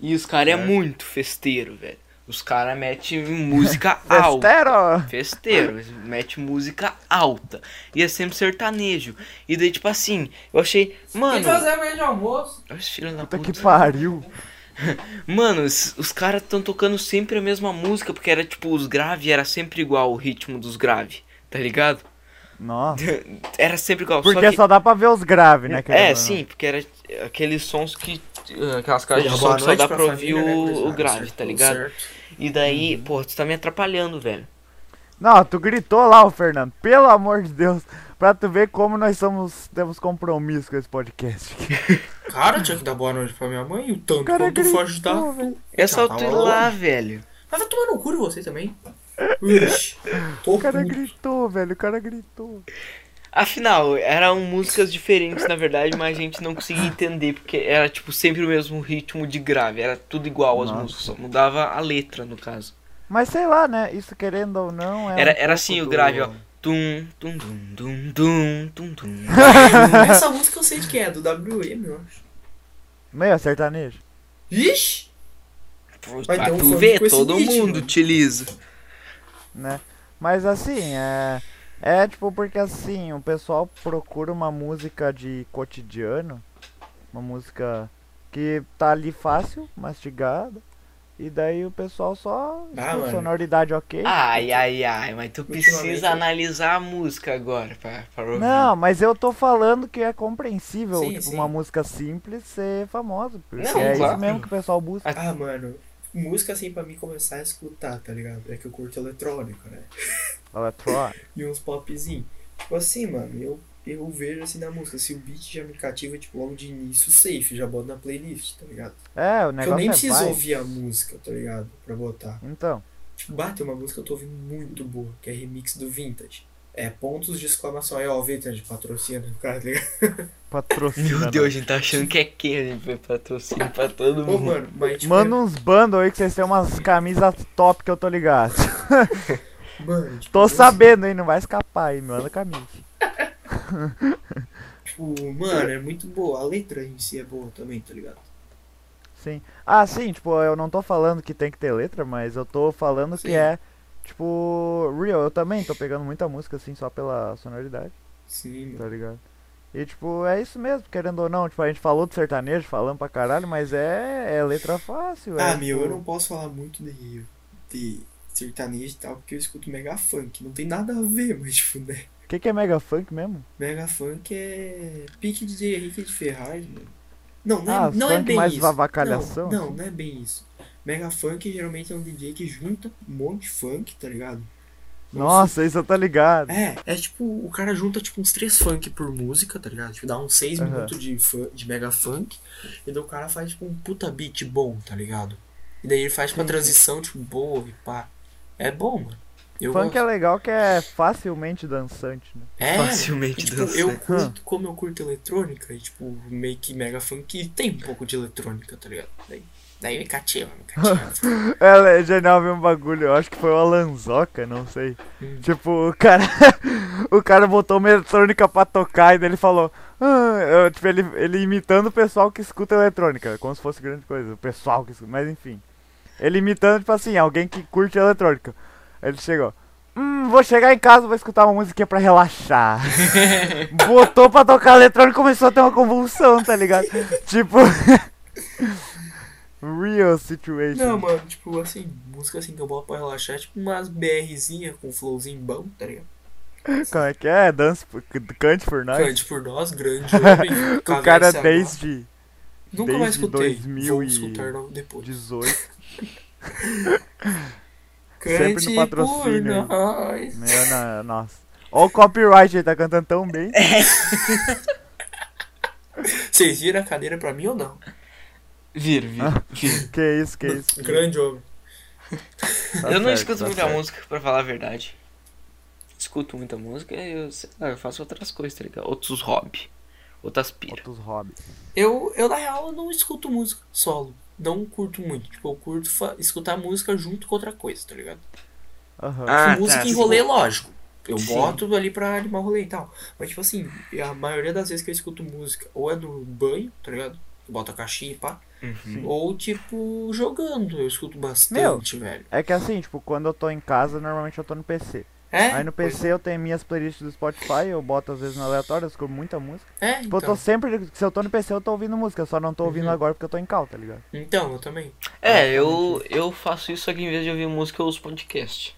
E os caras é muito festeiro, velho. Os caras metem música alta.
Festero!
Festeiro, mas mete música alta. E é sempre sertanejo. E daí, tipo assim, eu achei. Mano.
meio de almoço?
Olha esse filho da
Puta que
puta.
pariu!
Mano, os, os caras tão tocando sempre a mesma música, porque era tipo, os graves era sempre igual o ritmo dos graves, tá ligado?
Nossa.
Era sempre igual.
Porque
que-
só dá pra ver os graves, né? querendo ou
É,
não.
sim, porque era aqueles sons que. Ah, Aquelas caixas de
Boa
som que só
noite
dá pra ouvir
família, né,
o,
gurizada?
o grave,
Certo,
tá ligado?
Uhum.
certo.
E daí, pô, tu tá me atrapalhando, velho.
Não, tu gritou lá, o Fernando. Pelo amor de Deus. Pra tu ver como nós somos, temos compromisso com esse podcast.
Cara, tinha que dar boa noite pra minha mãe. O tanto
O cara
quanto tu for
gritou,
ajudar.
velho.
É só
tá
tu ir
maluco.
lá, velho.
Mas vai tomar no cu de você também. Ixi, tô
O cara
puto.
gritou, velho. O cara gritou.
Afinal, eram músicas diferentes, na verdade, mas a gente não conseguia entender, porque era tipo sempre o mesmo ritmo de grave, era tudo igual as
Nossa.
músicas, só mudava a letra, no caso.
Mas sei lá, né? Isso querendo ou não é.
Era,
um
era assim o
pouco
grave,
do-
ó. Tum, tum, tum, tum, tum, tum, tum.
Essa música eu sei de quem é, do WM, eu acho.
Meio sertanejo.
Ixi!
Pô,
Vai ter
Pra
um
tu
funk
ver,
com esse
todo
ritmo.
mundo utiliza.
né? Mas assim, é. É tipo porque assim, o pessoal procura uma música de cotidiano, uma música que tá ali fácil, mastigada, e daí o pessoal só
Ah,
com
mano. Ah,
sonoridade ok.
Ai, ai, ai, mas tu
Ultimamente-
precisa analisar a música agora pra, pra ouvir.
Não, mas eu tô falando que é compreensível
Sim,
tipo,
sim.
uma música simples ser famosa, porque
Não,
é
claro.
isso mesmo que o pessoal busca.
Ah, mano. Música assim pra mim começar a escutar, tá ligado? É que eu curto eletrônico, né?
Eletro-
E uns popzinho. Tipo assim, mano, eu, eu vejo assim na música. Se o beat já me cativa, tipo, logo de início, safe, já boto na playlist, tá ligado?
É,
Porque
o
eu
negócio
nem preciso
é vibe.
ouvir a música, tá ligado? Pra botar.
Então,
Tipo, bate uma música que eu tô ouvindo muito boa, que é remix do Vintage. É pontos de exclamação. Aí, ó, o Vintage patrocina o cara, tá ligado?
patrocina.
Meu Deus, a gente tá achando que é quem a gente vai patrocínio pra todo
Uhum.
Ô,
mundo.
mano, mas tipo,
Manda uns bundles aí que vocês têm umas camisas top que eu tô ligado.
Mano, tipo,
Tô
eu-
sabendo, hein? Não vai escapar, hein? Manda camisa.
Tipo, mano, é muito boa. A letra em si é boa também, tá ligado?
Sim. Ah, sim, tipo, eu não tô falando que tem que ter letra, mas eu tô falando
Sim.
que é, tipo, real. Eu também tô pegando muita música, assim, só pela sonoridade,
Sim,
tá ligado? E, tipo, é isso mesmo, querendo ou não. Tipo, a gente falou do sertanejo, falando pra caralho, mas é, é letra fácil. é,
Ah, meu, eu
tipo,
não posso falar muito de, de sertanejo e tal, porque eu escuto mega funk. Não tem nada a ver, mas, tipo, né?
O que, que é mega funk mesmo?
Mega funk é pique de Henrique de Ferraz, mano. Não, não,
Ah,
é, não é
funk
bem
mais
isso.
vavacalhação,
Não, não,
assim.
não é bem isso. Mega funk geralmente é um DJ que junta um monte de funk, tá ligado?
Nossa, isso eu tô ligado.
É, é tipo, o cara junta tipo uns três funk por música, tá ligado? Tipo, dá uns seis
Aham.
minutos de, fu- de mega funk, e daí o cara faz tipo um puta beat bom, tá ligado? E daí ele faz tipo, uma transição, tipo, boa e pá. É bom, mano. Eu
Funk é
gosto.
legal que é facilmente dançante, né?
é,
Facilmente
e, tipo,
dançante.
eu
Ah.
curto, como eu curto eletrônica, e tipo, meio que mega funk tem um pouco de eletrônica, tá ligado? Daí, daí me cativa, me cativa.
Ela é genial ver um bagulho, eu acho que foi o Alanzoca, não sei.
Hum.
Tipo, o cara. o cara botou uma eletrônica pra tocar e daí ele falou. "Ah", eu- tipo, ele, ele imitando o pessoal que escuta eletrônica, como se fosse grande coisa. O pessoal que escuta, mas enfim. Ele imitando, tipo assim, alguém que curte eletrônica. Ele chegou. Hum, vou chegar em casa, vou escutar uma musiquinha pra relaxar. Botou pra tocar eletrônica e começou a ter uma convulsão, tá ligado? tipo. Real situation.
Não, mano, tipo, assim, música assim que eu boto pra relaxar, é tipo umas BRzinha com flowzinho bom, tá ligado?
Como é que é? Dance, por- cante por nós?
Cante por nós, grande homem.
O cara
cabeça
desde
alta. Nunca mais
desde
escutei.
2000
Vou
e-
escutar no- depois.
18. sempre no
Cante por
patrocínio aí.
nós.
Meu, na, nossa. Ó o copyright, ele tá cantando tão bem.
Vocês viram a cadeira pra mim ou não?
Vira,
Ah,
vira, vira.
Que é isso, que isso.
Grande homem.
Tá
eu não
certo,
escuto
tá
muita
certo.
música, pra falar a verdade. Escuto muita música e eu, sei lá, eu faço outras coisas, tá ligado? Outros hobby. Outras pira.
Outros hobbies.
Eu, eu, na real, eu não escuto música solo. Não curto muito. Tipo, eu curto fa- escutar música junto com outra coisa, tá ligado? Tipo,
Aham.
Ah,
música
tá,
em
sim.
rolê, lógico. Eu
Sim.
boto ali pra animar o rolê e tal. Mas, tipo assim, a maioria das vezes que eu escuto música, ou é no banho, tá ligado? Bota a caixinha e pá. Ou, tipo, jogando. Eu escuto bastante, velho.
É que assim, tipo, quando eu tô em casa, normalmente eu tô no PC.
É?
Aí no PC eu tenho minhas playlists do Spotify, eu boto às vezes no aleatório, eu escuto muita música.
É,
Tipo,
então.
eu tô sempre. Se eu tô no PC, eu tô ouvindo música, eu só não tô ouvindo
Uhum.
agora porque eu tô em cal, tá ligado?
Então, eu também.
É, eu, eu faço isso aqui em vez de ouvir música, eu uso podcast.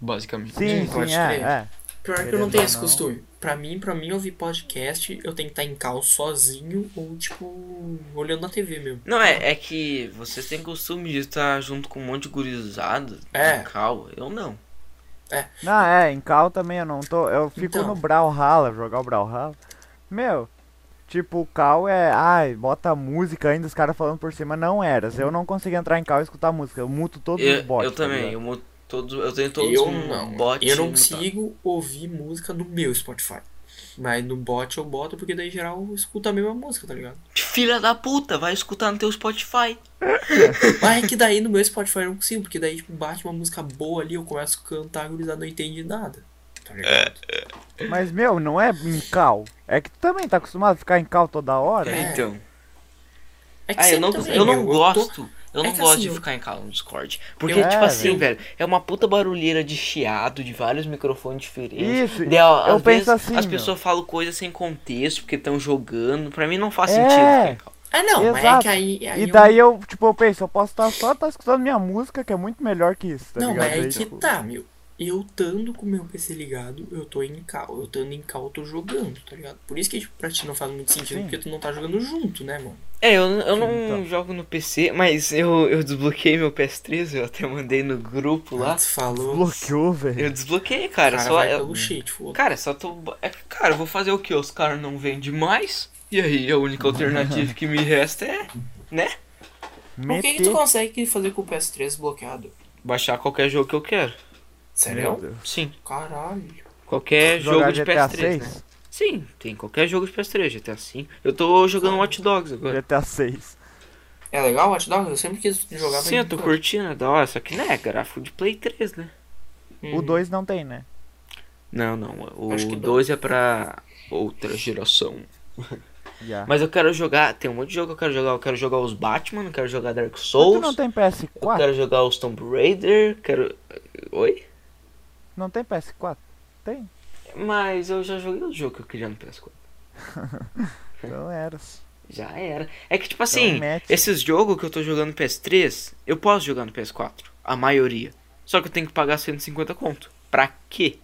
Basicamente.
Sim,
Hum, pode
sim,
crer.
é, é.
Pior que eu
Querendo
não tenho
ou
esse
não.
costume. Pra mim, pra mim ouvir podcast, eu tenho que estar em cal sozinho ou, tipo, olhando na TV mesmo.
Não, é, é que vocês têm costume de estar junto com um monte de gurizada.
É.
Calma, eu não.
É.
Não, é, em Cal também eu não tô. Eu fico
Então.
no Brawlhalla, jogar o Brawlhalla. Meu, tipo, o Cal é. Ai, bota música ainda, os caras falando por cima. Não era. Se eu não conseguir entrar em Cal e escutar música, eu muto todos os
Eu,
bots.
eu
tá
também,
ligado?
eu, muto todos, eu tenho todos
eu
um
não.
bot
eu não
mutado.
consigo ouvir música no meu Spotify. Mas no bot eu boto, porque daí em geral eu escuto a mesma música, tá ligado?
Filha da puta, vai escutar no teu Spotify.
Mas é que daí no meu Spotify eu não consigo, porque daí tipo, bate uma música boa ali, eu começo a cantar, a gurizada não entende nada. Tá ligado?
É.
Mas, meu, não é em Cal. É que tu também tá acostumado a ficar em Cal toda hora.
É.
Então.
É que
Ah, eu
sempre
não,
também,
eu não
meu, tô-
gosto. Eu
é
não
que
gosto
assim,
de
eu-
ficar em casa no Discord. Porque,
Eu-
tipo
É,
assim, velho, é uma puta barulheira de chiado, de vários microfones diferentes.
Isso,
Daí, ó,
eu
às
penso
vezes,
assim,
As
meu.
pessoas falam coisas sem contexto, porque estão jogando. Pra mim não faz
É.
sentido ficar em casa.
Ah, não, mas é
Exato.
que aí. aí
E
eu-
daí eu, tipo, eu penso, eu posso estar só tá escutando minha música, que é muito melhor que isso, tá
não,
ligado?
mas aí
Daí,
que
tipo,
tá, meu. Eu tando com o meu PC ligado, eu tô em cal. Eu tando em cal, eu tô jogando, tá ligado? Por isso que tipo, pra ti não faz muito sentido,
Sim.
porque tu não tá jogando junto, né, mano?
É, eu, eu não
Então.
jogo no PC, mas eu, eu desbloqueei meu PS3, eu até mandei no grupo lá.
Ah, tu falou.
Bloqueou, velho.
Eu desbloqueei,
Cara,
cara.
cara
só, é um
vai
eu-
pelo shit, foda.
Cara, só tô. é, Cara, eu vou fazer o que? Os caras não vendem mais. E aí, a única alternativa que me resta é
O que, que tu consegue fazer com o PS3 bloqueado?
baixar qualquer jogo que eu quero.
Sério?
Sim.
Caralho.
Qualquer
Jogar
jogo de
GTA
PS3,
6?
né? Sim, tem qualquer jogo de PS3, GTA V. Eu tô jogando Watch Dogs agora.
GTA 6.
É legal o Watch Dogs? Eu sempre quis jogar mas
Sim, eu tô
nunca.
curtindo, é da hora, só que né, gráfico de Play 3, né?
Hum.
O 2 não tem, né?
Não, não, o
Acho que não.
2 é pra outra geração.
Já.
Mas eu quero jogar, tem um monte de jogo que eu quero jogar, eu quero jogar os Batman, eu quero jogar Dark
Mas
Souls.
tu não tem
Eu
PS4?
quero jogar os Tomb Raider, quero. Oi?
Não tem PS4? Tem?
Mas eu já joguei o jogo que eu queria no PS4.
Então era.
Já era. É que, tipo assim,
Então mete.
esses jogos que eu tô jogando no PS3, eu posso jogar no PS4. A maioria. Só que eu tenho que pagar 150 conto. Pra quê?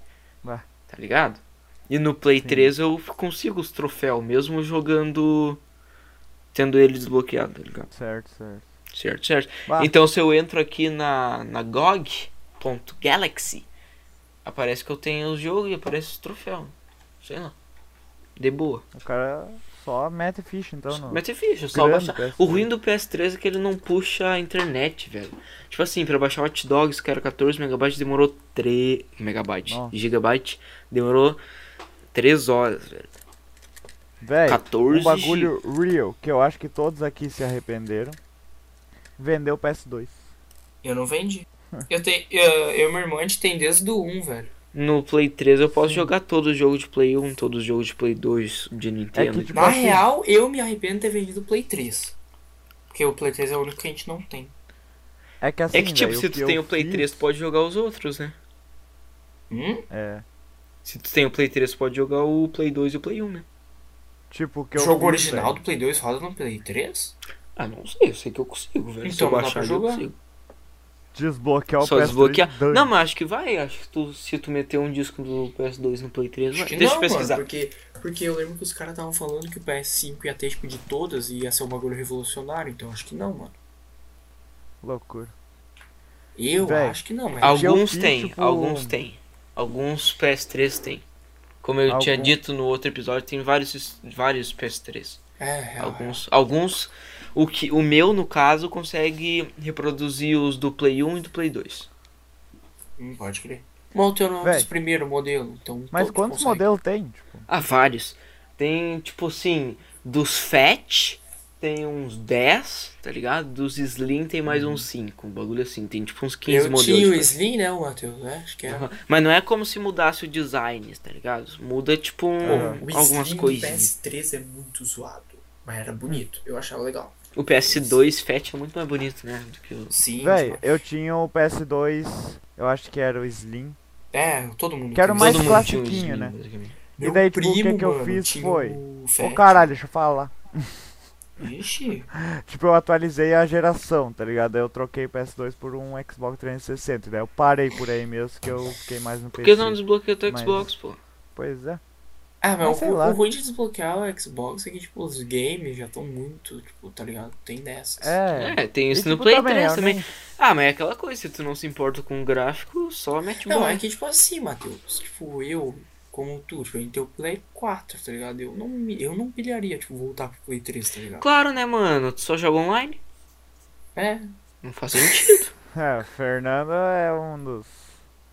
Bah.
Tá ligado? E no Play 3 eu consigo os troféus, mesmo jogando. Tendo ele desbloqueado, tá ligado?
Certo, certo.
Certo, certo.
Bah.
Então se eu entro aqui na, na GOG.galaxy, aparece que eu tenho os jogos e aparece os troféus. Sei lá. De boa.
O cara só mete ficha, então não.
Mas é ficha, só
Grande
baixar.
PS3.
O ruim do PS3 é que ele não puxa a internet, velho. Tipo assim, pra baixar Hot Dogs, que era 14 megabytes, demorou 3 megabytes.
Nossa.
Gigabyte demorou 3 horas, velho.
Véi,
14
um bagulho real, que eu acho que todos aqui se arrependeram. Vendeu o PS2.
Eu não vendi.
Hum.
Eu, tenho, eu, eu e meu irmão, a gente tem desde o 1, velho.
No Play 3 eu posso jogar todo o jogo de Play 1, todo o jogo de Play 2 de Nintendo.
tipo-
Na
assim-
real, eu me arrependo de ter vendido o Play 3. Porque o Play 3 é o único que a gente não tem.
É que assim,
É que tipo,
véi,
se
o
tu
que
tem
eu
o Play
fiz-
3, tu pode jogar os outros, né?
Hum?
É.
Se tu tem o Play 3, tu pode jogar o Play 2 e o Play 1, né?
Tipo, o que
é O
eu
jogo
fiz,
original
véi.
do Play 2 roda no Play 3?
Ah, não sei, eu sei que eu consigo, velho. Se
Então,
eu
dá
baixar,
pra
eu
jogar.
consigo.
Desbloquear o
Só
PS2.
desbloquear.
dane.
Não, mas acho que vai. Acho que tu, se tu meter um disco do PS2 no Play 3,
Acho
vai.
que
Deixa eu pesquisar.
Mano, porque, porque eu lembro que os caras estavam falando que o PS5 ia ter tipo de todas e ia ser um bagulho revolucionário, então acho que não, mano.
Loucura.
Eu
Véi,
acho que não, mas.
eu
alguns
fiz,
tem,
tipo-
alguns tem. Alguns PS3 tem. Como eu tinha
Algum-
dito no outro episódio, tem vários, vários PS3.
É, real,
Alguns. Alguns. O, que, o meu, no caso, consegue reproduzir os do Play 1 e do Play 2.
real. Hum, pode crer. Bom, o teu não é um
Véi.
dos primeiros modelos, então.
Mas
todos
quantos
conseguem.
modelos tem? Tipo,
Ah, vários. Tem, tipo assim, dos Fat tem uns 10, tá ligado? Dos Slim tem
Uhum.
mais uns 5. Um bagulho assim, tem tipo uns 15
Eu
modelos.
tinha o
de
Slim, né, o Matheus? Né? Acho que era.
Aham. Mas não é como se mudasse o design, tá ligado? Muda, tipo, um-
Aham.
O
algumas
Slim do
coisinhas.
PS3 é muito zoado. Mas era bonito, eu achava legal.
O PS2 Fat é muito mais bonito, né? Do que o...
Sim.
Véi,
tipo,
eu tinha o PS2, eu acho que era o Slim.
É, todo mundo.
Quero
tem.
mais
Todo mundo tinha um
classiquinho,
Slim,
né?
basicamente.
Meu
E daí, tipo, o que que eu
mano,
fiz
tinha
foi,
o
Ô
Fat.
caralho, deixa eu falar.
Ixi.
Tipo, eu atualizei a geração, tá ligado? Aí eu troquei o PS2 por um Xbox 360. Daí eu parei por aí mesmo, que eu fiquei mais no
Por que
PC.
não desbloqueia o teu
Mas-
Xbox, pô?
Pois é.
Ah, mas,
Mas sei
o,
lá.
o ruim de desbloquear o Xbox é que, tipo, os games já estão muito, tipo, tá ligado? Tem dessas.
É.
É, tem
E,
isso no
tipo,
Play
também,
3
eu
também.
nem-
Ah, mas é aquela coisa, se tu não se importa com o gráfico, só mete
Não,
bom.
é que, tipo, assim, Matheus, tipo, eu, como tu, tipo, eu tenho o Play 4, tá ligado? Eu não, me- eu não pilharia, tipo, voltar pro Play 3, tá ligado?
Claro, né, mano? Tu só joga online?
É,
Não faz sentido.
É, o Fernando é um dos,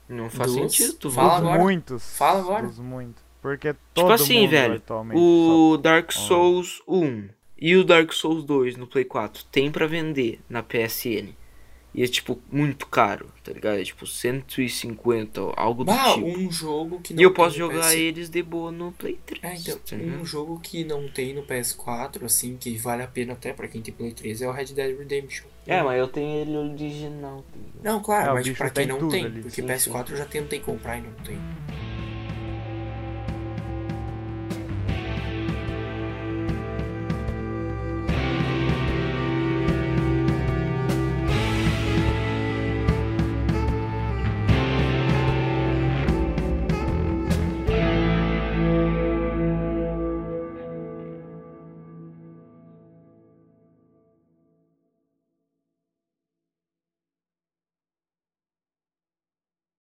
Não faz
Dos-
sentido. Tu
Fala
dos
volta.
agora.
muitos.
Fala agora.
Dos muitos. Porque todo
assim,
mundo
velho,
atualmente
O Dark
online.
Souls 1 e o Dark Souls 2 no Play 4 tem pra vender na PSN. E é tipo muito caro, tá ligado? É tipo 150, ou algo do
Bah,
tipo.
um jogo que não
E eu posso
tem no
jogar
PS4.
eles de boa no Play 3.
É, então,
tá ligado?
um jogo que não tem no PS4, assim, que vale a pena até pra quem tem Play 3 é o Red Dead Redemption.
É, mas eu tenho ele original. tá ligado?
Não, claro,
É, o
mas
bicho
pra quem
tem
não
tudo
tem,
ali,
porque
sim,
PS4 eu já tentei comprar e não tem.